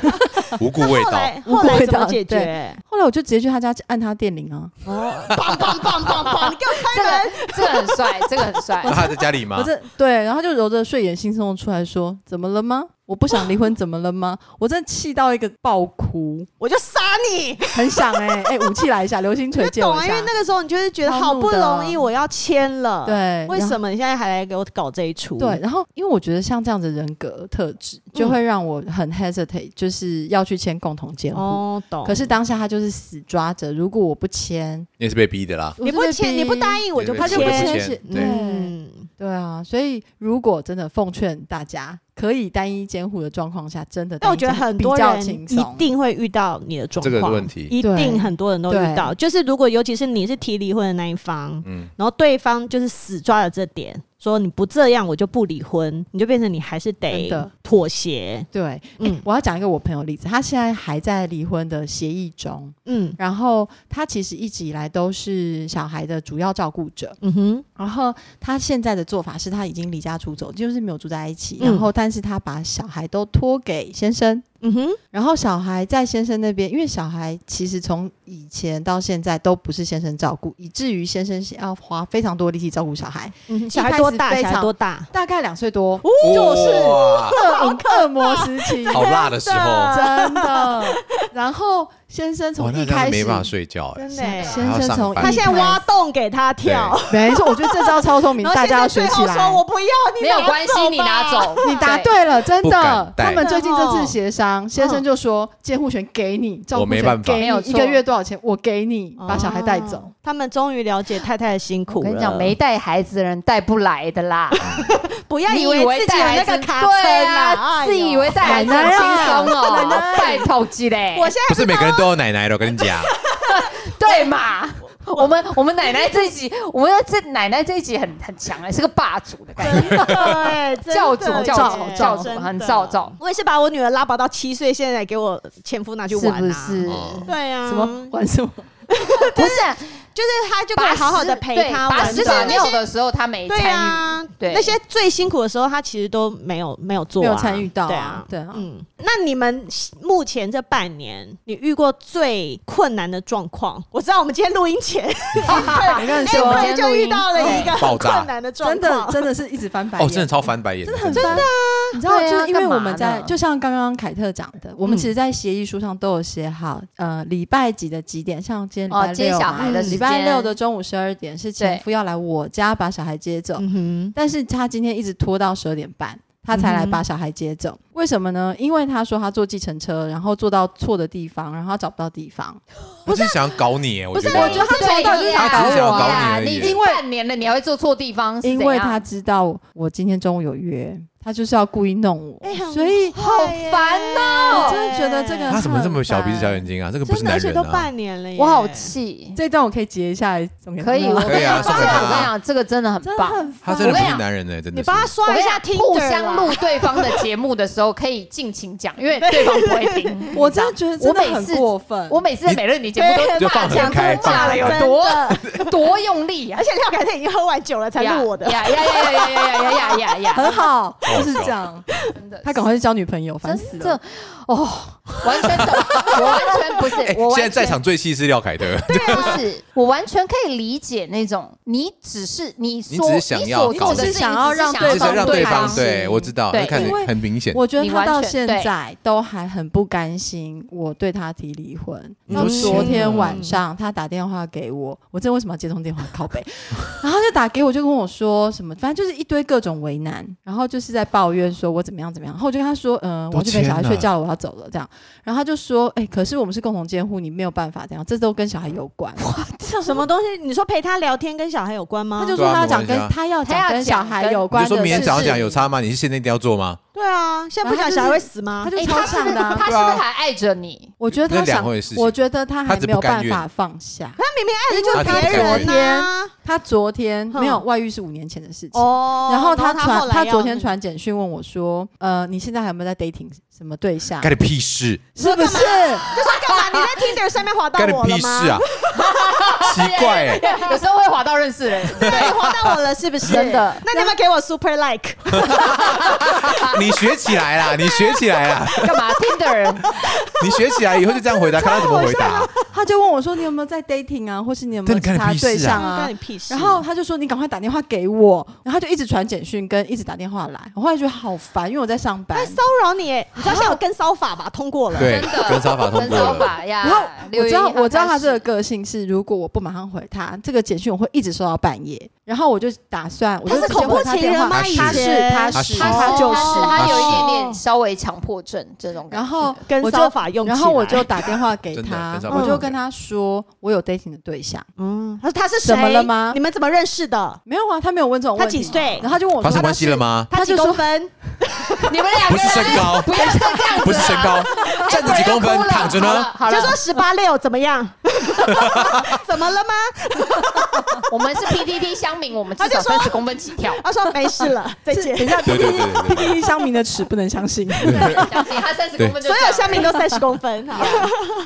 C: 无故味
A: 后
C: 道。
A: 来
D: 无
A: 后
D: 辜
A: 来
D: 味
A: 怎么
D: 道
A: 解
D: 对
A: 决？哦
D: 后来我就直接去他家按他电铃啊，
A: 棒棒棒棒棒！你给我
B: 这
A: 开门！
B: 个这个很帅，这个很帅
C: 那。啊他还在家里
D: 我
C: 吗？
D: 这对，然后他就揉着睡眼惺忪地出来说：“怎么了吗？我不想
A: [LAUGHS]
D: 离婚，怎么了吗？”我真的气到一个爆哭，
A: 我就杀你！
D: 很想哎、欸、哎、武器来一下，流星
A: 你
D: 锤
A: 就
D: 借我
A: 懂啊，
D: 一
A: 因
D: 下。
A: 为那个时候你就是觉得
D: 超
A: 好
D: 怒
A: 不
D: 的
A: 容易我要签了，，
D: 对，
A: 为
D: 然后
A: 什么你现在还来给我搞这一出？
D: 对，，然后因为我觉得像这样的人格特质，
A: 嗯
D: 就会让我很 hesitate，、就是要去签共同监护。
A: 哦，懂。
D: 可是当下他就是死抓着，如果我不签，
C: 你也是被逼的啦。
A: 你不签，你不答应我就
C: 对
D: 他就不
C: 不
D: 签
C: 签
D: 是，
C: 对
D: 对
A: 嗯，
D: 对啊，所以如果真的奉劝大家，可以单一监护的状况下，真的
A: 但
D: 单
A: 我
D: 一
A: 觉得
D: 监护
A: 很
D: 比
A: 多
D: 较
A: 人
D: 轻
A: 一
D: 松，
A: 定会遇到你的状况，
C: 这个问题
A: 一定
D: 对
A: 很多人都遇到。就是如果尤其是你是提离婚的那一方，
C: 嗯，
A: 然后对方就是死抓了这点，说你不这样我就不离婚，你就变成你还是
D: 真
A: 得
D: 的
A: 妥协。
D: 对，
A: 嗯
D: 我要讲一个我朋友例子，他现在还在离婚的协议中，
A: 嗯
D: 然后他其实一直以来都是小孩的主要照顾者，
A: 嗯哼，
D: 然后他现在的做法是他已经离家出走，就是没有住在一起，
A: 嗯
D: 然后但是他把小孩都托给先生，
A: 嗯哼，
D: 然后小孩在先生那边，因为小孩其实从以前到现在都不是先生照顾，以至于先生要花非常多力气照顾小孩，
A: 嗯哼，
D: 一
A: 小孩
D: 开
A: 多
D: 始
A: 大？
D: 非
A: 小孩
D: 常
A: 多大？哦
D: 大概两岁多， [LAUGHS]
A: 就是
C: 哇，
D: 恶恶魔时期，
C: 好辣的时候，
D: 真的。然后先生
C: 哇，
D: 从
C: 那
D: 一
C: 这样
D: 开
C: 子
D: 始
C: 没办法睡觉
A: 真
C: 哎，
A: 的
D: 先
A: 欸，
D: 先生从
C: 还要上
D: 一
C: 班
A: 他现在挖
D: 开
A: 洞给他跳，
D: 始，没错，我觉得这招超聪 [LAUGHS] 明，
A: 然后
D: 大
A: 先
D: 家
A: 生
D: 要
A: 最
D: 学
A: 后
D: 起
A: 说
D: 来
A: 我。不要，你
B: 没有关系，你
A: 吧
B: 拿。走，
D: 你答对了，真
C: 不敢
D: 的。
C: 带
D: 他们最近这
A: 真的
D: 次
A: 哦
D: 协商，先生就说监护权给你，照
C: 我
D: 顾
C: 没
D: 权
C: 办法
D: 给
B: 没有错
D: 你一个月多少钱，我给你把小孩带走
A: 哦。他们终于了解太太的辛苦
B: 我
A: 了。
B: 跟你讲，没带孩子的人带不来的啦。
A: 不要
B: 你
A: 以为自己有
B: 带
A: 那
B: 孩
A: 个
B: 子
A: 卡
B: 对
A: 车哎
B: 啊，自以为带孩子
D: 奶
B: 很
D: 奶
B: 轻
D: 啊
B: 松哦，带头鸡嘞。
A: 我现
C: 不是每个人都有奶奶的，我跟你讲，
B: 对嘛？我们我们奶奶这一集，我们这奶奶这一集很很强哎，是个霸主的感觉。
A: 在 [LAUGHS] 对真的
B: 教主
A: 耶
B: 教主教主
A: 真的
B: 很照照
A: 我也是把我女儿拉拔到七岁，现在给我前夫拿去
B: 是
A: 玩
B: 不
A: 啊
B: 是？
C: 哦
A: 对啊，
D: 什么玩什么？
B: 不是啊，
A: 就是他就可以好好的陪他
B: 把
A: 玩
B: 屎
A: 的，
B: 把尿的时候他没
A: 对
B: [LAUGHS] 参与，
A: 啊，
B: 对
A: 那些最辛苦的时候，他其实都没有没有做、啊，
D: 没有参与到啊
A: 对啊，
D: 对啊
A: 嗯，那你们目前这半年，你遇过最困难的状况？我知道我们今天录音前，[LAUGHS] 哎
D: 我跟你说
A: 我，
B: 今天
A: 就
B: 录音
A: 遇到了一个
C: 哦爆
A: 很
C: 炸
A: 困难的状
D: 真的
A: 况，
D: 真的是一直翻白
C: 哦，
D: 眼，
C: 真的超翻白眼，真
D: 很翻。你知道，
B: 对啊
D: 就是因为
B: 干嘛
D: 我们在
B: 呢，
D: 就像刚刚凯特讲的，我们
A: 嗯
D: 其实，在协议书上都有写好，呃，礼拜几的几点，像今天礼
B: 哦
D: 拜
B: 接
D: 六
B: 小
D: 嘛，
B: 孩
A: 的
D: 嗯
A: 时
D: 礼拜
B: 间
D: 六的中午十二点是前夫要来我家把小孩接走，
A: 嗯
D: 但是他今天一直拖到十二点半，他才来
A: 嗯哼
D: 把小孩接走。为什么呢？因为他说他坐计程车，然后坐到错的地方，然后他找不到地方。
C: 不是想搞你耶，我觉
D: 不是
C: 得
D: 我觉得他从头到尾就是
C: 他只是想要搞你
B: 啊
C: 而已
B: 你已经半年了，你还会做错地方，是
D: 因为
B: 怎样
D: 他知道我今天中午有约，他就是要故意弄我，
A: 哎
B: 哎
D: 所以
B: 好烦
D: 我
B: 哦，
D: 真的觉得这个
C: 他怎么这么小鼻子
D: 很
C: 小
D: 烦
C: 眼睛啊？这个不
A: 真
C: 是
A: 的，而
C: 男
A: 且
C: 人
A: 都
C: 啊！
A: 半年了耶，
B: 我好气。
D: 这一段我可以截下来，总
B: 可以，我跟
C: 可以
B: 你
C: 啊
B: 讲，这个
C: 送给他
B: 我跟你讲，这个真的很
D: 真的
B: 棒。
D: 很
C: 他
D: 烦。
C: 真的不是男人哎，真的是。
A: 你帮他
B: 我
A: 刷
B: 跟
A: 一
B: 你
A: 下
B: 讲，
A: 听，
B: 互相录对方的节目的时候，可以尽情讲，因为对方不会 [LAUGHS] 听。
D: 我真的觉得真的很过分。
B: 我每次在美乐你节目都
C: 就放很开
B: [LAUGHS] 骂了有
A: 真的
B: 多 [LAUGHS] 多用力啊
A: 而！且廖凯特已经喝完酒了才录我的，
B: 呀呀呀呀呀呀呀呀呀！ [LAUGHS]
D: 很好，就是这样。
B: 真的，
D: 他赶快去交女朋友，烦死
B: 真
D: 了
B: 的。哦， [LAUGHS] 完全懂，我完全不
C: 哎
B: 是，我
C: 现在
B: 完
C: 在
B: 全
C: 场最气是廖凯特，
B: 不是，我完全可以理解那种你只是你
C: 你
B: 所
C: 只是想要
B: 所
C: 搞
B: 做的
C: 你
B: 事
D: 只是
B: 情
D: 想要
B: 只是
D: 让
B: 想
C: [LAUGHS] 就是
D: 对方
C: 让对方
D: 对
C: 对我知道，
B: 对
C: 那看
D: 因为
C: 着很明显，
D: 我觉得
B: 你
D: 他到
B: 完全
D: 现在都还很不甘心，我对他提离婚。
C: 你
D: 到
C: 都
D: 昨
C: 信
D: 天
C: 了
D: 晚
B: 嗯
D: 上，他打电话给我，我这为什么要接通电话？靠背， [LAUGHS] 然后他就打给我，就跟我说什么，反正就是一堆各种为难，然后就是在抱怨说我怎么样怎么样。然后我就跟他说，嗯、我
C: 都
D: 要去陪小孩
C: 签了
D: 睡觉了，我要走了这样。然后他就说，哎、可是我们是共同监护，你没有办法这样，这都跟小孩有关。
A: 什么东西？你说陪他聊天跟小孩有关吗？
D: 他就
C: 对
D: 说
C: 啊
D: 他要
C: 没关
D: 讲
C: 系
D: 跟
C: 啊
D: 他要
B: 他要
D: 讲跟小
B: 讲
D: 孩
B: 跟
D: 有
C: 你
D: 关
C: 就
D: 的
C: 说明天早上
D: 事
C: 讲有差吗？你是现在一定要做吗？
A: 对啊，现在不讲小孩会死吗
D: 他？就
B: 哎，
D: 超
B: 他是不
D: 像
B: 是
D: 的、啊。
B: 他是不是还爱着你？
D: 我觉得
C: 那
D: 他
C: 两
D: 想
C: 回事，情
D: 我觉得他还
C: 他只
D: 没有
C: 不甘
D: 办
C: 愿
D: 法放下。
A: 他明明爱的就是
C: 因为他
A: 别人啊
C: 昨
A: 呐、
D: 他昨天
A: 哼
D: 没有外遇是五年前的事情。
A: 哦
D: 然后他
A: 后
D: 传，
A: 来
D: 他
A: 要
D: 昨天，传简讯问我说：“呃，你现在还有没有在 dating 什么对象
C: 干？你屁事！
D: 是不
A: [LAUGHS]
D: 是？
A: 就说干嘛？你在 Tinder 上面滑到
C: 干你
A: 我了
C: 屁事
A: 吗？
C: 啊！奇怪
B: [LAUGHS]
C: 欸，
B: [LAUGHS] 有时候会滑到认识人，
A: 对，你滑到我了是不是？
B: 真的
A: 那你有没有给我 super like？
C: 你学起来啦，你学起来啦，
B: 干 [LAUGHS] 嘛听的人？
C: 你学起来以后就这样回答，看他怎么回答。
D: 他就问我说：你有没有在 dating 啊，或是你有没有
C: 但你
D: 其
C: 干你
D: 他
C: 屁事啊
D: 对象
A: 干
D: 啊
A: 你？”屁事！
D: 然后他就说：“你赶快打电话给我。”然后他就一直传简讯，跟一直打电话来。我后来觉得好烦，因为我在上班
A: 他。哎骚扰你耶，你知道现在有跟骚法吧？通过了，
C: 对
B: 真的，
C: 跟骚法通
B: 跟
C: 过
B: 骚
C: 了，
B: 法
D: 然后
B: 呀！
D: 我知道，我知道他这
B: 这
D: 个个性是，如果我不马上回他这个简讯，我会一直收到半夜。然后我就打算，我就
A: 他是
D: 直接
A: 恐怖
D: 回他
A: 情
D: 电
A: 人
D: 话。
A: 吗？
C: 他
A: 以
C: 是
A: 前
D: 他
C: 他
D: 是
C: 是
D: 他就
B: 就是他有一
A: 哦
B: 点点稍微强迫症这种感觉，
D: 然后
A: 跟
D: 我就
A: 骚法用起来，
D: 然后我就打电话
C: [LAUGHS]
D: 给
C: 真的
D: 他
C: 跟，骚
A: 法
D: 我就
C: 用
D: 跟
C: 起来
D: 他说我有 dating 的对象，
A: 嗯，他说他是谁？
D: 怎么了吗
A: 你们怎么认识的？
D: 没有啊，他没有问这种
A: 他
D: 问题。
A: 几？岁
D: 然？后他就问我
C: 发
D: 说
C: 生关系了
D: [LAUGHS]
C: 吗？
A: 他几
D: 他就
A: 公
D: 说
A: 分？
B: [LAUGHS] 你们两个
C: 不是身高，
B: [LAUGHS] 不要再这样子，哎
C: 不是身
B: [LAUGHS]
C: 高，站着几公分，躺着呢？
B: 好了，
A: [LAUGHS] 就说十八六怎么样？怎么了吗？
B: 我们是 PTT 乡民，我们至
A: 他
B: 少
A: 就说
B: 三十公分起跳。
A: 他说没事了，再
D: 是
A: 见。
D: 等一下
C: 对对对对对对
D: ，PPT 乡民的尺不能相
C: [LAUGHS]
D: 信。
B: 相信他三十公分就
A: 所
B: 这
A: 有
B: 样
A: 下面都三十公分，好，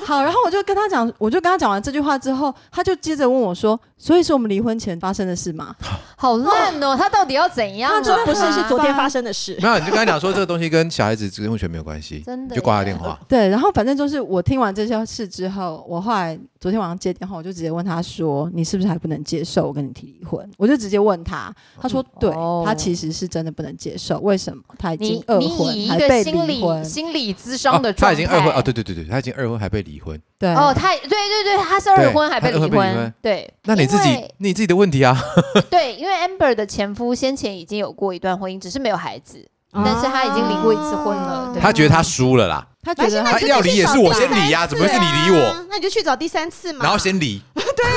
D: 好，然后我就跟他讲，我就跟他讲完这句话之后，他就接着问我说：“所以是我们离婚前发生的事吗
B: 好烂哦，他到底要怎样啊？
D: 他真的
A: 不是
D: 很
A: 是昨天发生的事。
C: 没有，你就跟他讲说这个东西跟小孩子生活权没有关系，
B: 真的
C: 你就挂他
B: 耶
C: 电话？”。
D: 对，然后反正就是我听完这些事之后，我后来昨天晚上接电话，我就直接问他说：“你是不是还不能接受我跟你提离婚？”我就直接问他，他说：“对，
B: 哦
D: 他其实是真的不能接受，为什么？他已经
B: 你
D: 二
B: 你以
D: 婚，
B: 一
D: 还
B: 个
D: 被
B: 心
D: 离
B: 理
D: 婚，
B: 心理咨商的
C: 哦
B: 状态，
C: 他已经二婚哦，对对对对，他已经二婚还被离婚，
D: 对，
B: 哦，他对对对，他是二
C: 对
B: 婚还被
C: 他二
B: 离
C: 婚被离
B: 婚
C: 婚，
B: 对，
C: 那你自
B: 因
C: 己
B: 为
C: 你自己的问题啊，
B: 对，因为 Amber 的前夫先前已经有过一段婚姻，只是没有孩子，但是他已经离过一次婚
A: 哦
B: 了
A: 啊
B: 对
C: 他觉得他输了啦，
D: 他觉
A: 反正
D: 得
A: 那
D: 他
A: 你就
C: 要
A: 去
C: 离也
A: 找
C: 是我
A: 第
C: 先离呀
A: 三
C: 怎么会是
A: 次
C: 你离
A: 啊？那你就去找第三次嘛，
C: 然后先离，对，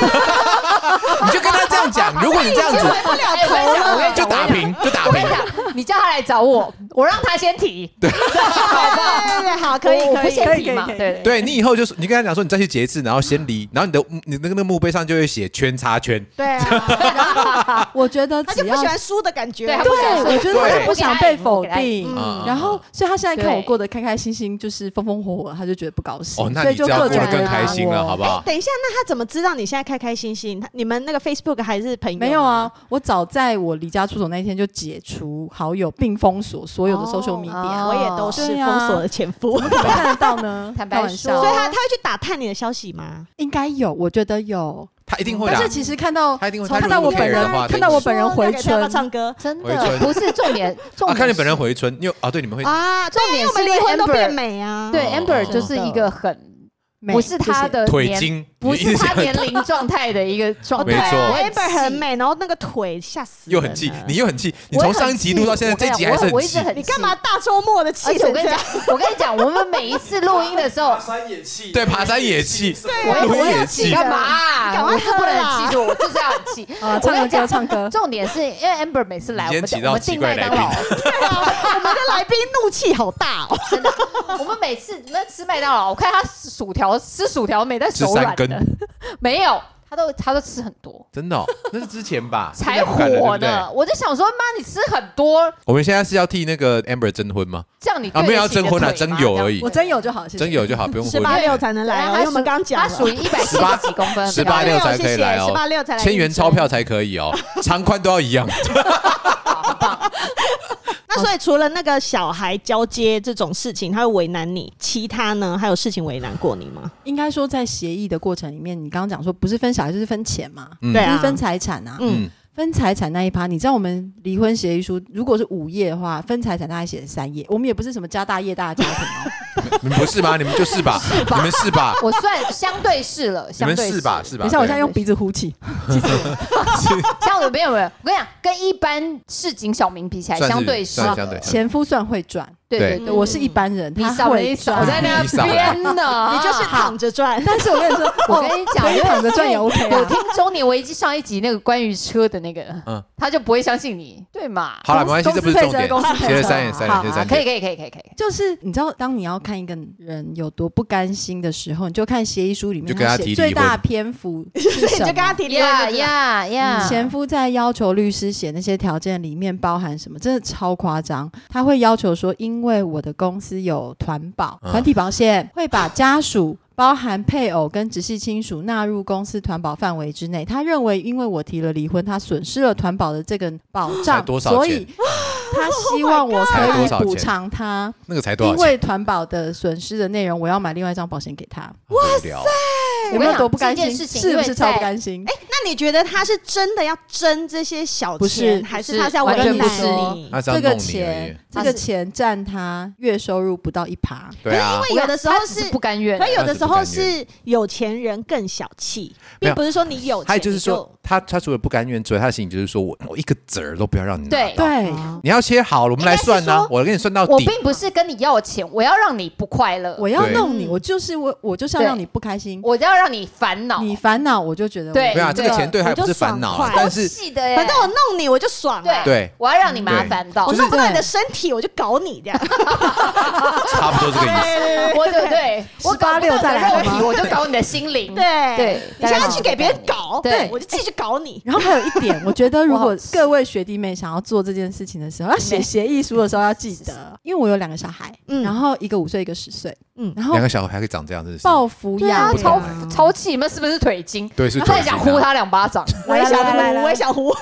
C: 你就跟他这样讲，如果你这样
B: 结
C: 子
B: 果不了头了
C: 就打。啊平，就打
B: 我跟
C: 平
B: 你，讲，你叫他来找我，我让他先提，
A: 好吧，对对对，好，可以
B: 我我
A: 可
B: 不
A: 以
B: 先提嘛，
D: 可以可以
B: 对
C: 对你以后就是你跟他讲说你再去结一次，然后先离，然后你的你的那个墓碑上就会写圈叉圈，
A: 对啊，
D: 我觉得
A: 他就
D: 只
A: 不
D: 要
A: 喜欢输的感觉，
B: 对他不喜欢
D: 对，
B: 输
D: 我觉得他
C: 对
D: 就不想被否定。
A: 嗯
C: 啊
D: 然后，所以他现在看我
B: 对？
D: 过得开开心心，就是风风火火，他就觉得不高兴。
C: 哦，那
D: 所以
C: 你
D: 就
C: 这样
D: 各
C: 过
D: 种
C: 得
D: 人
C: 更
D: 打
C: 开心了，
D: 我
C: 好不好？
A: 等一下，那他怎么知道你现在开开心心？他你们那个 Facebook 还是朋友？
D: 没有，啊，我早在我离家出走那一天就解除好友并封锁所有的 social
A: 哦
D: media，、
A: 我也都是
D: 对啊
A: 封锁的前夫，所
D: 怎么看得到呢
B: 哦 [LAUGHS] 坦白
D: 开玩
B: 说
D: 笑
A: 以他他会去打探你的消息吗？
D: 应该有，我觉得有。
C: 他一定会
D: 但
C: 啦，
D: 是其实看到
C: 他一定会，
D: 看
C: 他
D: 到
C: 如
D: 我
C: 果
D: 本
C: care
D: 人
C: 的话，
D: 看到我本人回
A: 那个要
D: 春
A: 不要，唱歌
B: 真
C: 回
B: 的
C: 春
B: 不是重点，重
C: 啊，
B: 点
C: 看你本人
B: 是
C: 回春，因为啊，对你们会
A: 啊？
B: 重
A: 对因
B: 点
A: 为我们
B: 是
A: 离
B: 因为
A: 婚都
B: Amber-
A: 变美啊，
B: 对
C: 哦
B: Amber
D: 真
B: 就是
D: 的
B: 一个很
D: 美
B: 不是他，的
C: 腿
B: 年
C: 筋，
B: 不
C: 你
B: 是
C: 一直
B: 他年龄状态的一个状态，
C: [LAUGHS] 没错
B: 我哦很气
A: Amber 很，美，然后那个腿吓死人
C: [LAUGHS] 又
A: 了，
C: 很气，你又很气，你从上一集录到现在，这一集还是
B: 我我一
C: 气
B: 直。很
A: 你干嘛？大周末的
B: 而
A: 气
B: 且我
A: 成
B: 跟
A: 这
B: 你讲
A: 样？，
B: 我跟你讲，我们每一次录音的时候，
C: 对，爬山也气，
B: 我也
C: 录音
B: 我也
C: 也
B: 气
C: 气，
B: 干嘛啊？
A: 你赶快
B: 我是不
A: 喝
B: 能
A: 啦
B: 气住，我就是要很气。
D: 啊，
B: 我
D: 唱
B: 跟
D: 个
B: 你
D: 歌，
B: 讲，
D: 唱歌。
B: 重点是因为 Amber 每次来，我
C: 你
B: 们
C: 今天提
B: 我
C: 到
B: 们
C: 奇
B: 订麦
C: 怪来
B: 当劳，
A: 啊我们的来宾怒气好大哦，
B: [LAUGHS] 真的，我们每次那吃麦当劳，我看他薯条吃薯条没在
C: 吃
B: 手
C: 三
B: 软
C: 根，
B: 的，没有，他都他都吃很多。
C: 真的哦，那是之前吧，现
B: 才
C: 在不敢了
B: 火。
C: 对
B: 呢
C: 不对！
B: 我就想说，妈，你吃很多，
C: 我们现在是要替那个 Amber 征婚吗？
B: 这样你
C: 啊
B: 对得
C: 没有要
B: 起你的
C: 征婚啊
B: 腿
C: 征
B: 吗这
C: 友
B: 样
C: 而已
D: 我真有就好，谢谢
C: 真有就好，不用
A: 十
C: 婚。
A: 八六才能来
B: 对
A: 哦，
B: 啊
A: 因为我们
B: 属
A: 刚刚讲
B: 他
A: 了，
B: 属于一百七十几公分，
C: 十八
B: 对
C: 六
B: 吧
C: 才可以来哦
A: 十八六才来，
C: 千元钞票。才可以哦，长宽都要一样。
A: 那所以除了那个小孩交接这种事情，他会为难你，其他呢还有事情为难过你吗？
D: 应该说在协议的过程里面，你刚刚讲说不是分小孩就是分钱嘛，
C: 嗯
A: 对
D: 就
A: 啊
D: 是，分财产啊，
A: 嗯，
C: 嗯，
D: 分财产那一趴，你知道我们离婚协议书如果是五页的话，分财产大概写三页，我们也不是什么家大业大的家庭哦，
C: 你们不是吗？你们就是吧？你们是吧？
B: 我算相对是了，
C: 你
B: 相
C: 们
B: 对
C: 是 [LAUGHS] 吧？？是吧？
D: 等一下，我
C: 对
D: 现在用鼻子呼气。
B: 像我没有没有，我跟你讲，跟一般市井小民比起来，
C: 算是
B: 相对是
C: 算，相对。
D: 前夫算会赚，
B: 对
C: 对
B: 对，
D: 对我是一般人，
B: 嗯你
D: 他
B: 少了一
D: 会
B: 少，
D: 赚
B: 我。在那
C: 你少了
B: 边呢，
A: [LAUGHS] 你就是躺着赚，
D: 但是我跟你说，
B: [LAUGHS] 我跟你讲，
D: 可以
B: 因为
D: 躺着赚也 OK 啊
B: 我听中年危机上一集那个关于车的那个，
C: 嗯
B: 他就不会相信你，对嘛？
C: 好了，没关系，
D: 公
C: 这
D: 司
C: 不是重
D: 配置
C: 点。
D: 公司配置
C: 写了三点，三点，
D: 好
C: 写了
D: 好
C: 三
B: 可以
C: 点。
B: 可以可以可以可以，
D: 就是你知道，当你要看一个人有多不甘心的时候，你就看协议书里面
C: 就跟他
D: 他
C: 提
D: 写
C: 离
D: 最大
C: 婚
D: 的篇幅
B: [LAUGHS]
A: 所 [LAUGHS] 以你
D: 是
A: 就
D: 什
A: 跟他
D: 么。
A: 提离婚
B: 呀
A: 就知道。
B: 呀呀！
D: 嗯前夫在要求律师写那些条件里面包含什么，真的超夸张。他会要求说，因为我的公司有团保、
C: 嗯
D: 团体保险，会把家属。包含配偶跟直系亲属纳入公司团保范围之内。他认为，因为我提了离婚，他损失了团保的这个保
C: 才
D: 障，
C: 多少
D: 所
C: 钱 Oh
D: 以
C: [LAUGHS]
D: 他希望我可
C: 才多少
D: 以补
C: 钱
D: 偿他。
C: 那个才多少
D: 因
C: 钱？
D: 为团保的损失的内容，我要买另外一张保险给他，
C: 哇塞！
B: 哎我跟
D: 有
B: 你
D: 没有
B: 讲
D: 多不甘
B: 这
D: 心
B: 件？事情
D: 是不
B: 因为
D: 是超
B: 在
D: 不甘心？哎，
A: 那你觉得他是真的要争这些小
D: 不
A: 钱，
D: 是
A: 还是
B: 是
A: 他是要为
D: 完全
A: 难
D: 不是
A: 你？
C: 那是要
D: 这个
C: 弄你而已
D: 钱。，
B: 他
D: 这
B: 是
D: 个钱占他月收入不到一趴，
C: 对啊，
A: 因为有的时候
B: 他只
A: 是
B: 不。甘愿
A: 可，有的时候
C: 他是不甘
A: 是有钱人更小气，并
C: 没有
A: 不是说你有钱
C: 还有就是
A: 你
C: 说，他他除了不甘愿之外，他的心里就是说我我一个子儿都不要让你拿
B: 对
C: 到。
D: 对，
C: 你要切好了，我们来算
B: 应该
C: 呐
B: 是，
C: 我给你算到
B: 我
C: 底。
B: 并不是跟你要钱，我要让你不快乐，
D: 我
B: 我
D: 要
C: 对
D: 弄你，我就是我，我就是要让你不开心。
B: 要让你烦恼。
D: 你烦恼，我就觉得我
B: 对
C: 没有啊，这个
B: 对
C: 钱对他也不是烦恼
A: 我就
C: 啊
A: 爽，快
C: 但
B: 超
C: 是
B: 细的耶，
A: 反正我弄你我就爽了
B: 对，
C: 对
B: 我要让你麻
C: 对
B: 烦到，
A: 我
D: 就是
A: 弄不到你的
D: 对
A: 身体我就搞你这样。
C: 差不多这个意
B: [LAUGHS]
C: 思。
B: 我对对，我搞不
D: 18-6
B: 到你
D: 再来啊
B: 的
D: 好
B: 肉
D: 吗
B: 体，我就搞你的心灵。
A: 对
B: [LAUGHS] 对
A: 你现在去给别人搞，
B: 对
A: 我就继续搞你。
D: 然后还有一点，我觉得如
B: [LAUGHS] 我好
D: 果
B: 气
D: 各位学弟妹想要做这件事情的时候，要写协议书的时候要记得，因为我有两个小孩，
A: 嗯
D: 然后一个五岁，一个十岁，
A: 嗯
D: 嗯，然后
C: 两个小孩可以长这样，真的是
D: 报抚
B: 对啊
D: 养，
C: 不
B: 超
C: 懂啊
B: 超气，你们是不是腿筋？
C: 对是
B: 然
C: 腿
B: 后也
C: 型
B: 想
C: 啊
B: 呼他两巴掌，
A: 我也
D: 来
A: 想
D: 来来
A: 胡，
D: 来
A: 我也想胡。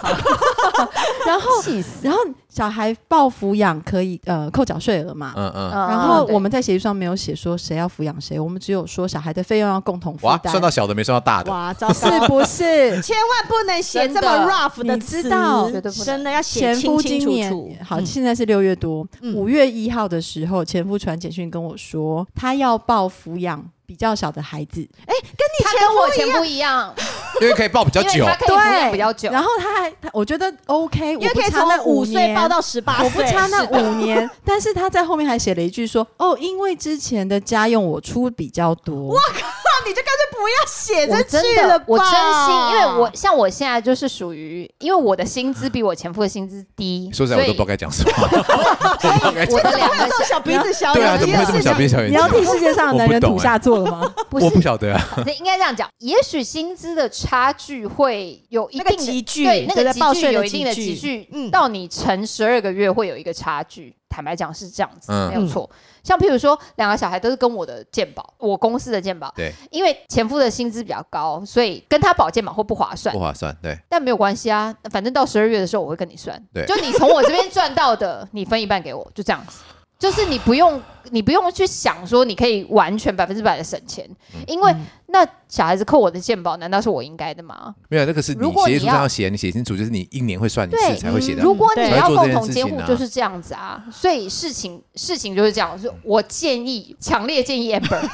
D: 然后
B: 气死。
D: 然后小孩报抚养可以呃扣缴税额嘛，
C: 嗯
B: 呃
C: 嗯，
D: 然后
B: 啊对
D: 我们在协议书上没有写说谁要抚养谁，我们只有说小孩的费用要共同负
C: 哇，
D: 担，
C: 算到小的没算到大的，
A: 哇，糟糕！
D: [LAUGHS] 是不是？
A: 千万不能写这
B: 真
A: 么
B: 的
A: rough 的
D: 你
A: 词，
D: 知道
B: 绝对不能
A: 真的要 [LAUGHS] 写
D: 前
A: 清
D: 夫
A: 清
D: 今
A: 楚
D: 年
A: 楚。
D: 好，
A: 嗯
D: 现在是六月多，
A: 嗯
D: 五月一号的时候，前夫传简讯跟我说，他要报抚养比较小的孩子，
B: 他跟我前夫一样，
C: 因为可以报比较
B: 因为
C: 久
B: 他，可以抚养比较久。
D: 然后他还，他我觉得 OK，
A: 因为
D: 我不
A: 可以
D: 差
A: 从
D: 那
A: 五岁
D: 年
A: 报。到十八岁，
D: 我不差那
B: 是的
D: 五年，但是他在后面还写了一句说：“哦，因为之前的家用我出比较多。”
A: [LAUGHS] 那你就干脆不要写
B: 我
A: 这
B: 真
A: 句了
B: 的
A: 吧，
B: 我真心，因为我像我现在就是属于，因为我的薪资比我前夫的薪资低，
C: 说实在我都不知道该讲什么，
A: 怎么会有
B: 我的两
C: 我该讲
B: 个
A: 这种小鼻子小
C: [LAUGHS] 对啊，
A: 眼
C: 怎
A: 睛
C: 么
A: 的
C: 会这么
A: 事
C: 小
A: 情？
C: 兵小眼
D: 你要替
C: 睛？
D: 世界上的男人
C: 我不懂欸
D: 土下座
A: [LAUGHS]
D: 了吗？
B: 不
C: 我不
B: 是，
C: 晓得啊，
B: [LAUGHS] 应该这样讲，也许薪资的差距会有一
A: 那个
B: 定的
A: 集聚
B: 对那
A: 对
B: 个
A: 不对
B: 集
A: 报
B: 聚
A: 税的
B: 有一定的
A: 集
B: 集
A: 聚
B: 聚，
A: 嗯
B: 到你乘十二个月会有一个差距。坦白讲是这样子，
C: 嗯
B: 没有错。像譬如说，两个小孩都是跟我的健保，我公司的健保，
C: 对，
B: 因为前夫的薪资比较高，所以跟他保健保会不划算
C: 不。划算，对，
B: 但没有关系啊，反正到十二月的时候我会跟你算。
C: 对
B: 就你从我这边赚到的，你分一半给我，就这样子。就是你不用，你不用去想说你可以完全百分之百的省钱，
C: 嗯
B: 因为那小孩子扣我的健保，难道是我应该的吗？
C: 没有那个是你
B: 如果
C: 协
B: 你
C: 议书上
B: 要
C: 要写，你写清楚，就是你一年会算一
B: 对
C: 次才会写
A: 嗯
C: 的
B: 如果你
A: 对
B: 要
C: 才做
B: 共
C: 这件
B: 同
C: 事
B: 监
C: 情
B: 护，
C: 啊
B: 就是这样子啊。所以事情事情就是这样，所以我建议，强烈建议 Amber，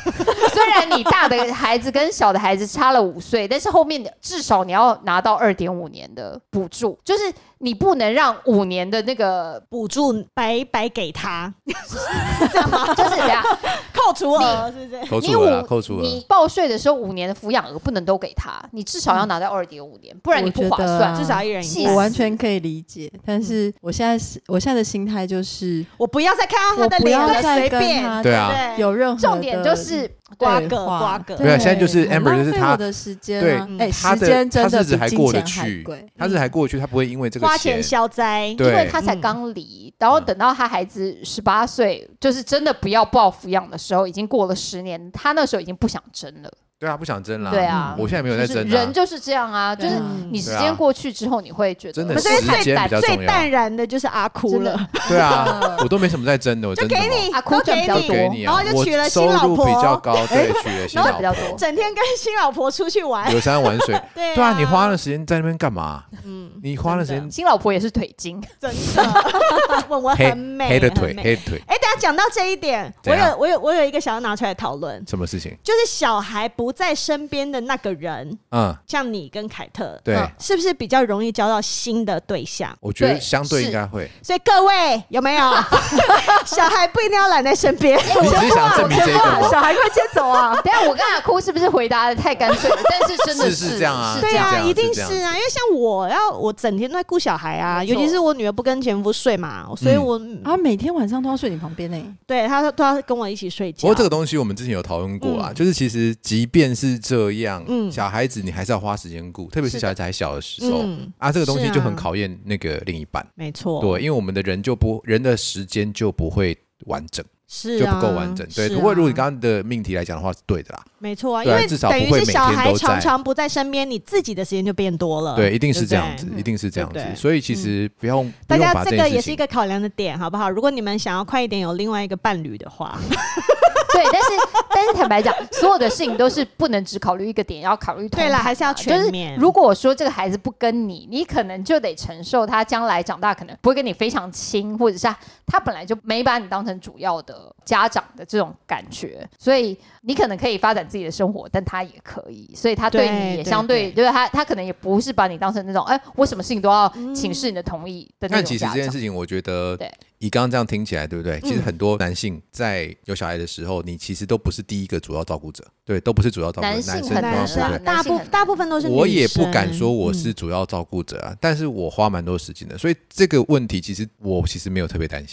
B: 虽 [LAUGHS] 然你大的孩子跟小的孩子差了五岁，但是后面至少你要拿到二点五年的补助，就是你不能让五年的那个 [LAUGHS]
A: 补助白白给他，
B: 就是怎样，
A: 扣除额是不是？
C: 扣
B: 你
C: 除了啦，
B: 五
C: 扣除了
B: 你，报税的时候五年的抚养额不能都给他，你至少要拿到二点五年，不然你不划
D: 我觉得
B: 算
D: 啊。
A: 至少一人一
B: 气
D: 我
A: 半。
D: 完全可以理解，但是我现在是我现在的心态就是，
A: 我不要再看到啊他
D: 我
A: 的
D: 不
A: 脸
D: 要
A: 了，
D: 再
A: 随
D: 跟
A: 便
D: 他
C: 对啊，
A: 对
D: 有任何
B: 重点
D: 的
B: 就是
D: 对
A: 瓜
D: 话
A: 葛瓜葛
C: 对啊现在就是
D: 对
C: Amber 就是
D: 我浪费
C: 他
D: 我的时间
C: 对
D: 啊
A: 嗯
D: 哎，
C: 他
D: 时
C: 的
D: 间
C: 他
D: 真
C: 日
D: 的
C: 子还
D: 比
C: 过得
D: 金钱还
C: 去
D: 贵，。
C: 他日子还过得去，他不会因为这个
A: 花钱消灾。
C: 对
B: 因
C: 嗯
B: 为他才
A: 嗯
B: 刚离，然后等到他孩子十八岁，就是真的不要报抚养的时候，已经过了十年，他那时候已经不想争了。
C: 对啊，不想争啦，
B: 对啊
C: 我现在没有在
B: 就是
C: 争
B: 人
C: 啊，
B: 就是这样啊，就是
D: 嗯
B: 你时
C: 对
B: 间
C: 啊
B: 过去之后，你会觉得
C: 真的
A: 所以
C: 时
A: 最
C: 间比
A: 淡
C: 较重
A: 最
C: 要
A: 淡然的就是阿哭
B: 真的
A: 了，
C: 对啊，我都没什么在争的，我
A: 就
C: 真
A: 给
C: 的哦
A: 你，
B: 阿哭
A: 都
B: 赚
A: 给
B: 比较
A: 你
B: 多，
C: 给你啊，
A: 然后就
C: 我
A: 娶了
C: 收
A: 新老
C: 入比
A: 婆
C: 较高，对，娶了
B: [LAUGHS]
C: 新
B: 然后
C: 老
B: 比较
C: 婆，
B: 多。
A: 整天跟新老婆出去玩。
C: 游山玩水，
A: 对
C: 对啊，你花了时间在那边
A: [LAUGHS]
C: 干嘛？
A: 嗯，
C: 你花了时间
B: 新老婆也是腿 [LAUGHS] 筋，
A: 真的，文文
C: 黑
A: 很美，
C: 黑的
A: 很
C: 腿，
A: 美
C: 黑的腿，
A: 哎、等一下讲到这一点，
C: 怎
A: 我
C: 样
A: 有我有我有一个想要拿出来讨论，
C: 什么事情？
A: 就是小孩不在身边的那个人，
C: 嗯，
A: 像你跟凯特，
C: 对，
B: 嗯
A: 是不是比较容易交到新的对象？
C: 我觉得
B: 对
C: 相对
B: 是
C: 应该会。
A: 所以各位有
C: [LAUGHS]
A: 没有小孩不一定要揽在身边？
C: 你只是想证明这一个吗？
D: 小孩会接走啊！
B: 等一下我跟阿哭是不是回答的太干脆了？但是真的
C: 是是这样啊
B: 是
A: 对
B: 这样
A: 啊，
C: 是这样
A: 一定
C: 是
A: 是
C: 这样
A: 啊，因为像我要我整天都在顾小孩啊，
B: 没
A: 尤
B: 错
A: 其是我女儿不跟前夫睡嘛，所
C: 嗯
A: 以我、
D: 啊，每天晚上都要睡你旁边呢。
A: 对她都要跟我一起睡觉。
C: 不过这个东西我们之前有讨论过啊，
A: 嗯
C: 就是其实即便是这样，
A: 嗯
C: 小孩子你还是要花时间顾，特别是
B: 是的
C: 小孩子还小的时候、
A: 嗯
C: 啊，这个东西
A: 是啊哦
C: 就很考验那个另一半。
A: 没错，
C: 对，因为我们的人就不人的时间就不会完整，
A: 是、
C: 就
A: 啊、
C: 不够完整。对，
A: 是啊
C: 不过如果你刚刚的命题来讲的话，是对的啦。
A: 没错啊，因
C: 对啊
A: 为
C: 至少
A: 等于
C: 不会
A: 是
C: 每
A: 小
C: 天
A: 孩
C: 都
A: 常
C: 在
A: 常不在身边，你自己的时间就变多了。
C: 对，一定是
A: 对不
C: 这样
A: 哦对
C: 子，一定是这样子
A: 对不。对嗯
C: 所以其实不用不
A: 大
C: 用
A: 家
C: 把
A: 这
C: 件
A: 个
C: 事
A: 也是一
C: 情。
A: 个考量的点，好不好？如果你们想要快一点有另外一个伴侣的
C: [LAUGHS]
A: 话，
B: 对，但是但是坦白讲，所有的事情都是不能只考虑一个点，要考虑通
A: 对啦
B: 盘
A: 还是要
B: 嘛
A: 全
B: 就
A: 面
B: 是如果我说这个孩子不跟你，你可能就得承受他将来长大可能不会跟你非常亲，或者是他他本来就没把你当成主要的家长的这种感觉，所以你可能可以发展自己的生活，但他也可以，所以他对
A: 对
B: 你也
A: 对
B: 相对，
A: 对
B: 就是他他可能也不是把你当成那种，哎，我什么事情都要请示你的同意的那
C: 但
B: 种
C: 其实
B: 家
C: 这件
B: 长。
C: 事情，我觉得
B: 对
C: 以刚刚这样听起来，对不对？
A: 嗯
C: 其实很多男性在有小孩的时候，你其实都不是第一个主要照顾者，对，都不是主要照顾者，
B: 男性
C: 男
B: 很
C: 生
B: 难
C: 都
A: 男
C: 是
A: 生
B: 啊
C: 对
A: 啊。大
B: 男性
A: 部
B: 很
A: 大部分都是女生嗯
C: 我也不敢说我是主要照顾者啊，但是我花蛮多时间的，所以这个问题其实我其实没有特别担心。
A: 嗯哦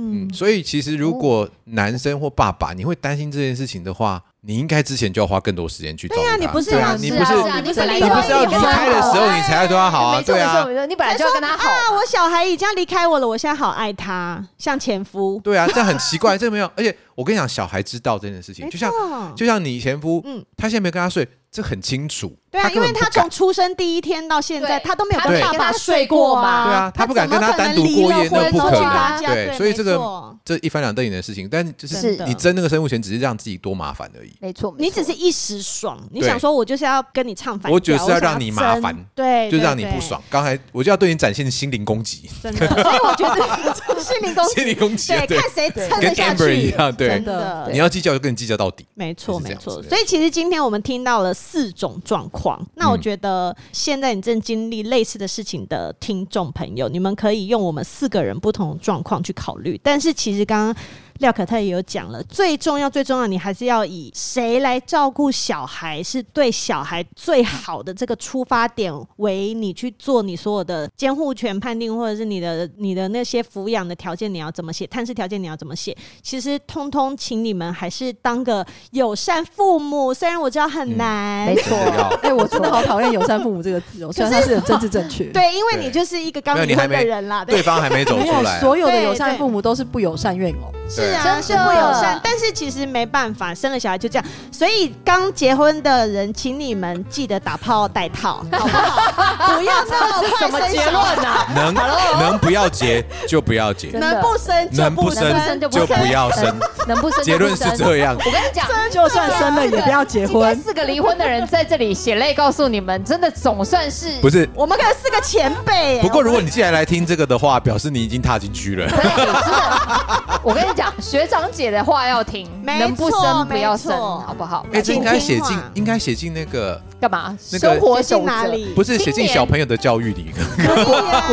C: 嗯，，所以其实如果男生或爸爸你会担心这件事情的话，你应该之前就要花更多时间去照顾
A: 对啊
C: 他。
A: 你不是
C: 对啊，
A: 要
C: 你
A: 是
C: 不
A: 啊
C: 是
A: 是啊
C: 你
A: 你不是离
C: 不
A: 婚
C: 是要
A: 以
C: 离
A: 后
C: 开的时候你才要对他好啊，
B: 没错
C: 对
B: 没错
C: 啊
B: 没，错，你本来就要跟他好
A: 啊，
B: 嘛。
A: 我小孩已经要离开我了，我现在好爱他，像前夫。
C: 对啊，这很奇怪，这没有。而且我跟你讲，小孩知道这件事情，
A: 没
C: 就像
A: 错，
C: 就像你前夫，
A: 嗯
C: 他现在没跟他睡，这很清楚。
A: 对啊，
C: 根
A: 因为
C: 本不
A: 他
C: 敢
A: 从出生第一天到现在，
B: 对
A: 他都没有
B: 他
A: 跟
C: 没
A: 爸
B: 跟
A: 爸
B: 他
A: 睡
B: 睡
A: 过
B: 过
A: 吧？
B: 啊
C: 对啊，他
A: 他
C: 不敢
A: 怎么
C: 跟他
A: 可
C: 单
A: 能
C: 独
A: 离
C: 过
A: 了
C: 夜，那
A: 婚
C: 不
A: 之后
C: 可
A: 去他
C: 能。
A: 家对
C: 对，所以
A: 没
C: 这个
A: 错
C: 这一翻两瞪眼的事情，但就是
B: 是
A: 真的
C: 你争那个生物权，只是让自己多麻烦而已。
B: 没错，啊没
A: 你
B: 错
A: 只是一时爽，你
C: 对
A: 想说我就是要跟你唱反调，
C: 我只是要
A: 想
C: 让你麻
A: 争
C: 烦
A: 对，
C: 就
A: 对
C: 让你不，爽。刚才我就要对你展现心灵攻击，
A: 对真
C: [LAUGHS]
A: 的。所以我觉得 [LAUGHS] 心灵攻击，
C: 心灵攻击啊，
A: 对，看谁撑
C: 跟
A: 得下
C: Amber 一
A: 去。
C: 样，对
A: 真，的
C: 你，要计较就跟你计较到底。
A: 没错
C: 是这
A: 没
C: 样
A: 错。
C: 子
A: 所以其实今天我们听到了四种状
C: 嗯
A: 况，那我觉得现在你正经历类似的事情的听众朋友，你们可以用我们四个人不同的状况去考虑。但是其实刚刚廖可特也有讲了，最重要最重要，你还是要以谁来照顾小孩是对小孩最好的这个出发点为你去做你所有的监护权判定，或者是你的你的那些抚养的条件你要怎么写，探视条件你要怎么写，其实通通请你们还是当个友善父母，虽然我知道很难。
B: 嗯没错
C: 真的要，
D: 哎、我真的好讨厌“友善父母”这个字哦，虽然它是很政治正确。
A: 对，因为
C: 对
A: 你就是一个刚
C: 没有
A: 离
C: 你还
A: 婚的
C: 没
A: 人啦，对
C: 对方还没走
D: 没
C: 出
D: 有
C: 来，啊
D: 所有的
A: 对
D: 友善
A: 对
D: 父母都是不友善怨偶。
A: 是
C: 对
A: 啊，
B: 真的
A: 是不友善，但是其实没办法，生了小孩就这样。所以刚结婚的人，请你们记得打泡带
B: [LAUGHS]
A: 套，好不好？不要那么快生小孩，
B: 啊？
C: 能能不要结就不要结，
B: 真
A: 能不生就
C: 能不
A: 生，
C: 生
B: 就
C: 就不要生。
B: 能不生就不生
C: 结论是这样
B: 我，跟你讲，
D: 就算生了也不要结
B: 今天
D: 婚。
B: 四个离婚的人在这里血泪告诉你们，真的总算是
C: 不是。
A: 我们可能是个前辈哦耶。
C: 不过如果你既然来听这个的话，表示你已经踏进去了。
B: 对，真的。我跟你讲，学长姐的话要
A: [LAUGHS]
B: 听，
A: 没错
B: 能不生不要生
A: 没错，
B: 好不好？
C: 哎，这应该写
A: 请
C: 进
A: 听话，
C: 应该写进那个
B: 干嘛？
C: 那个
B: 生活守
A: 进哪
B: 则。
A: 里？啊
C: 不是写
B: 今
C: 进
B: 年
C: 小朋友的教育里。
A: 国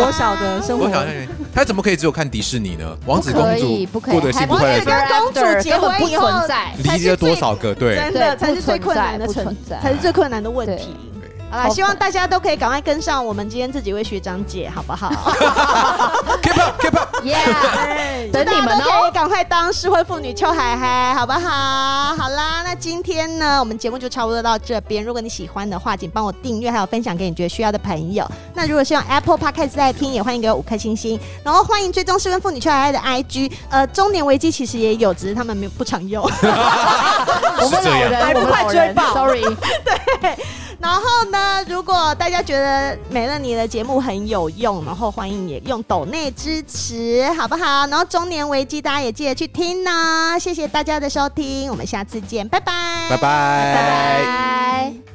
D: 国小的生活
C: 我，想想，他怎么可以只有看迪士尼呢？王子公
B: 可以，
C: 主
B: 不可以。
C: 过得幸福
A: 王子
C: 快乐
A: 跟
C: 的生活，
A: 公主结婚
B: 不
A: 以后
B: 存在。
A: 才
C: 离
A: 是最
C: 了多少个？对，
A: 真的
B: 对
A: 才是最
B: 不
A: 困
B: 存在
A: 难的
B: 不
A: 存
B: 存在
A: 才是最困难的问题
C: 对。
A: 好啦，希望大家都可以赶快跟上我们今天自己位学长姐，好不好？ [LAUGHS]
C: Keep up，keep up。
B: Yeah，等你们
A: 大家都可
B: 哦
A: 以。赶快当失婚妇女邱海海，好不好？好啦，那今天呢，我们节目就差不多到这边。如果你喜欢的话，请帮我订阅，还有分享给你觉得需要的朋友。那如果是用 Apple Podcast 在听，也欢迎给我五颗星星，然后欢迎追踪失婚妇女邱海海的 IG。呃，中年危机其实也有，只是他们没有不常用。
B: 我们老
C: 是这
B: 人，我们老人，sorry，
A: 然后呢，如果大家觉得美乐你的节目很有用，然后欢迎也用抖内支持，好不好？然后中年危机大家也记得去听哦呢、谢谢大家的收听，我们下次见，拜拜，
C: 拜拜
A: 拜拜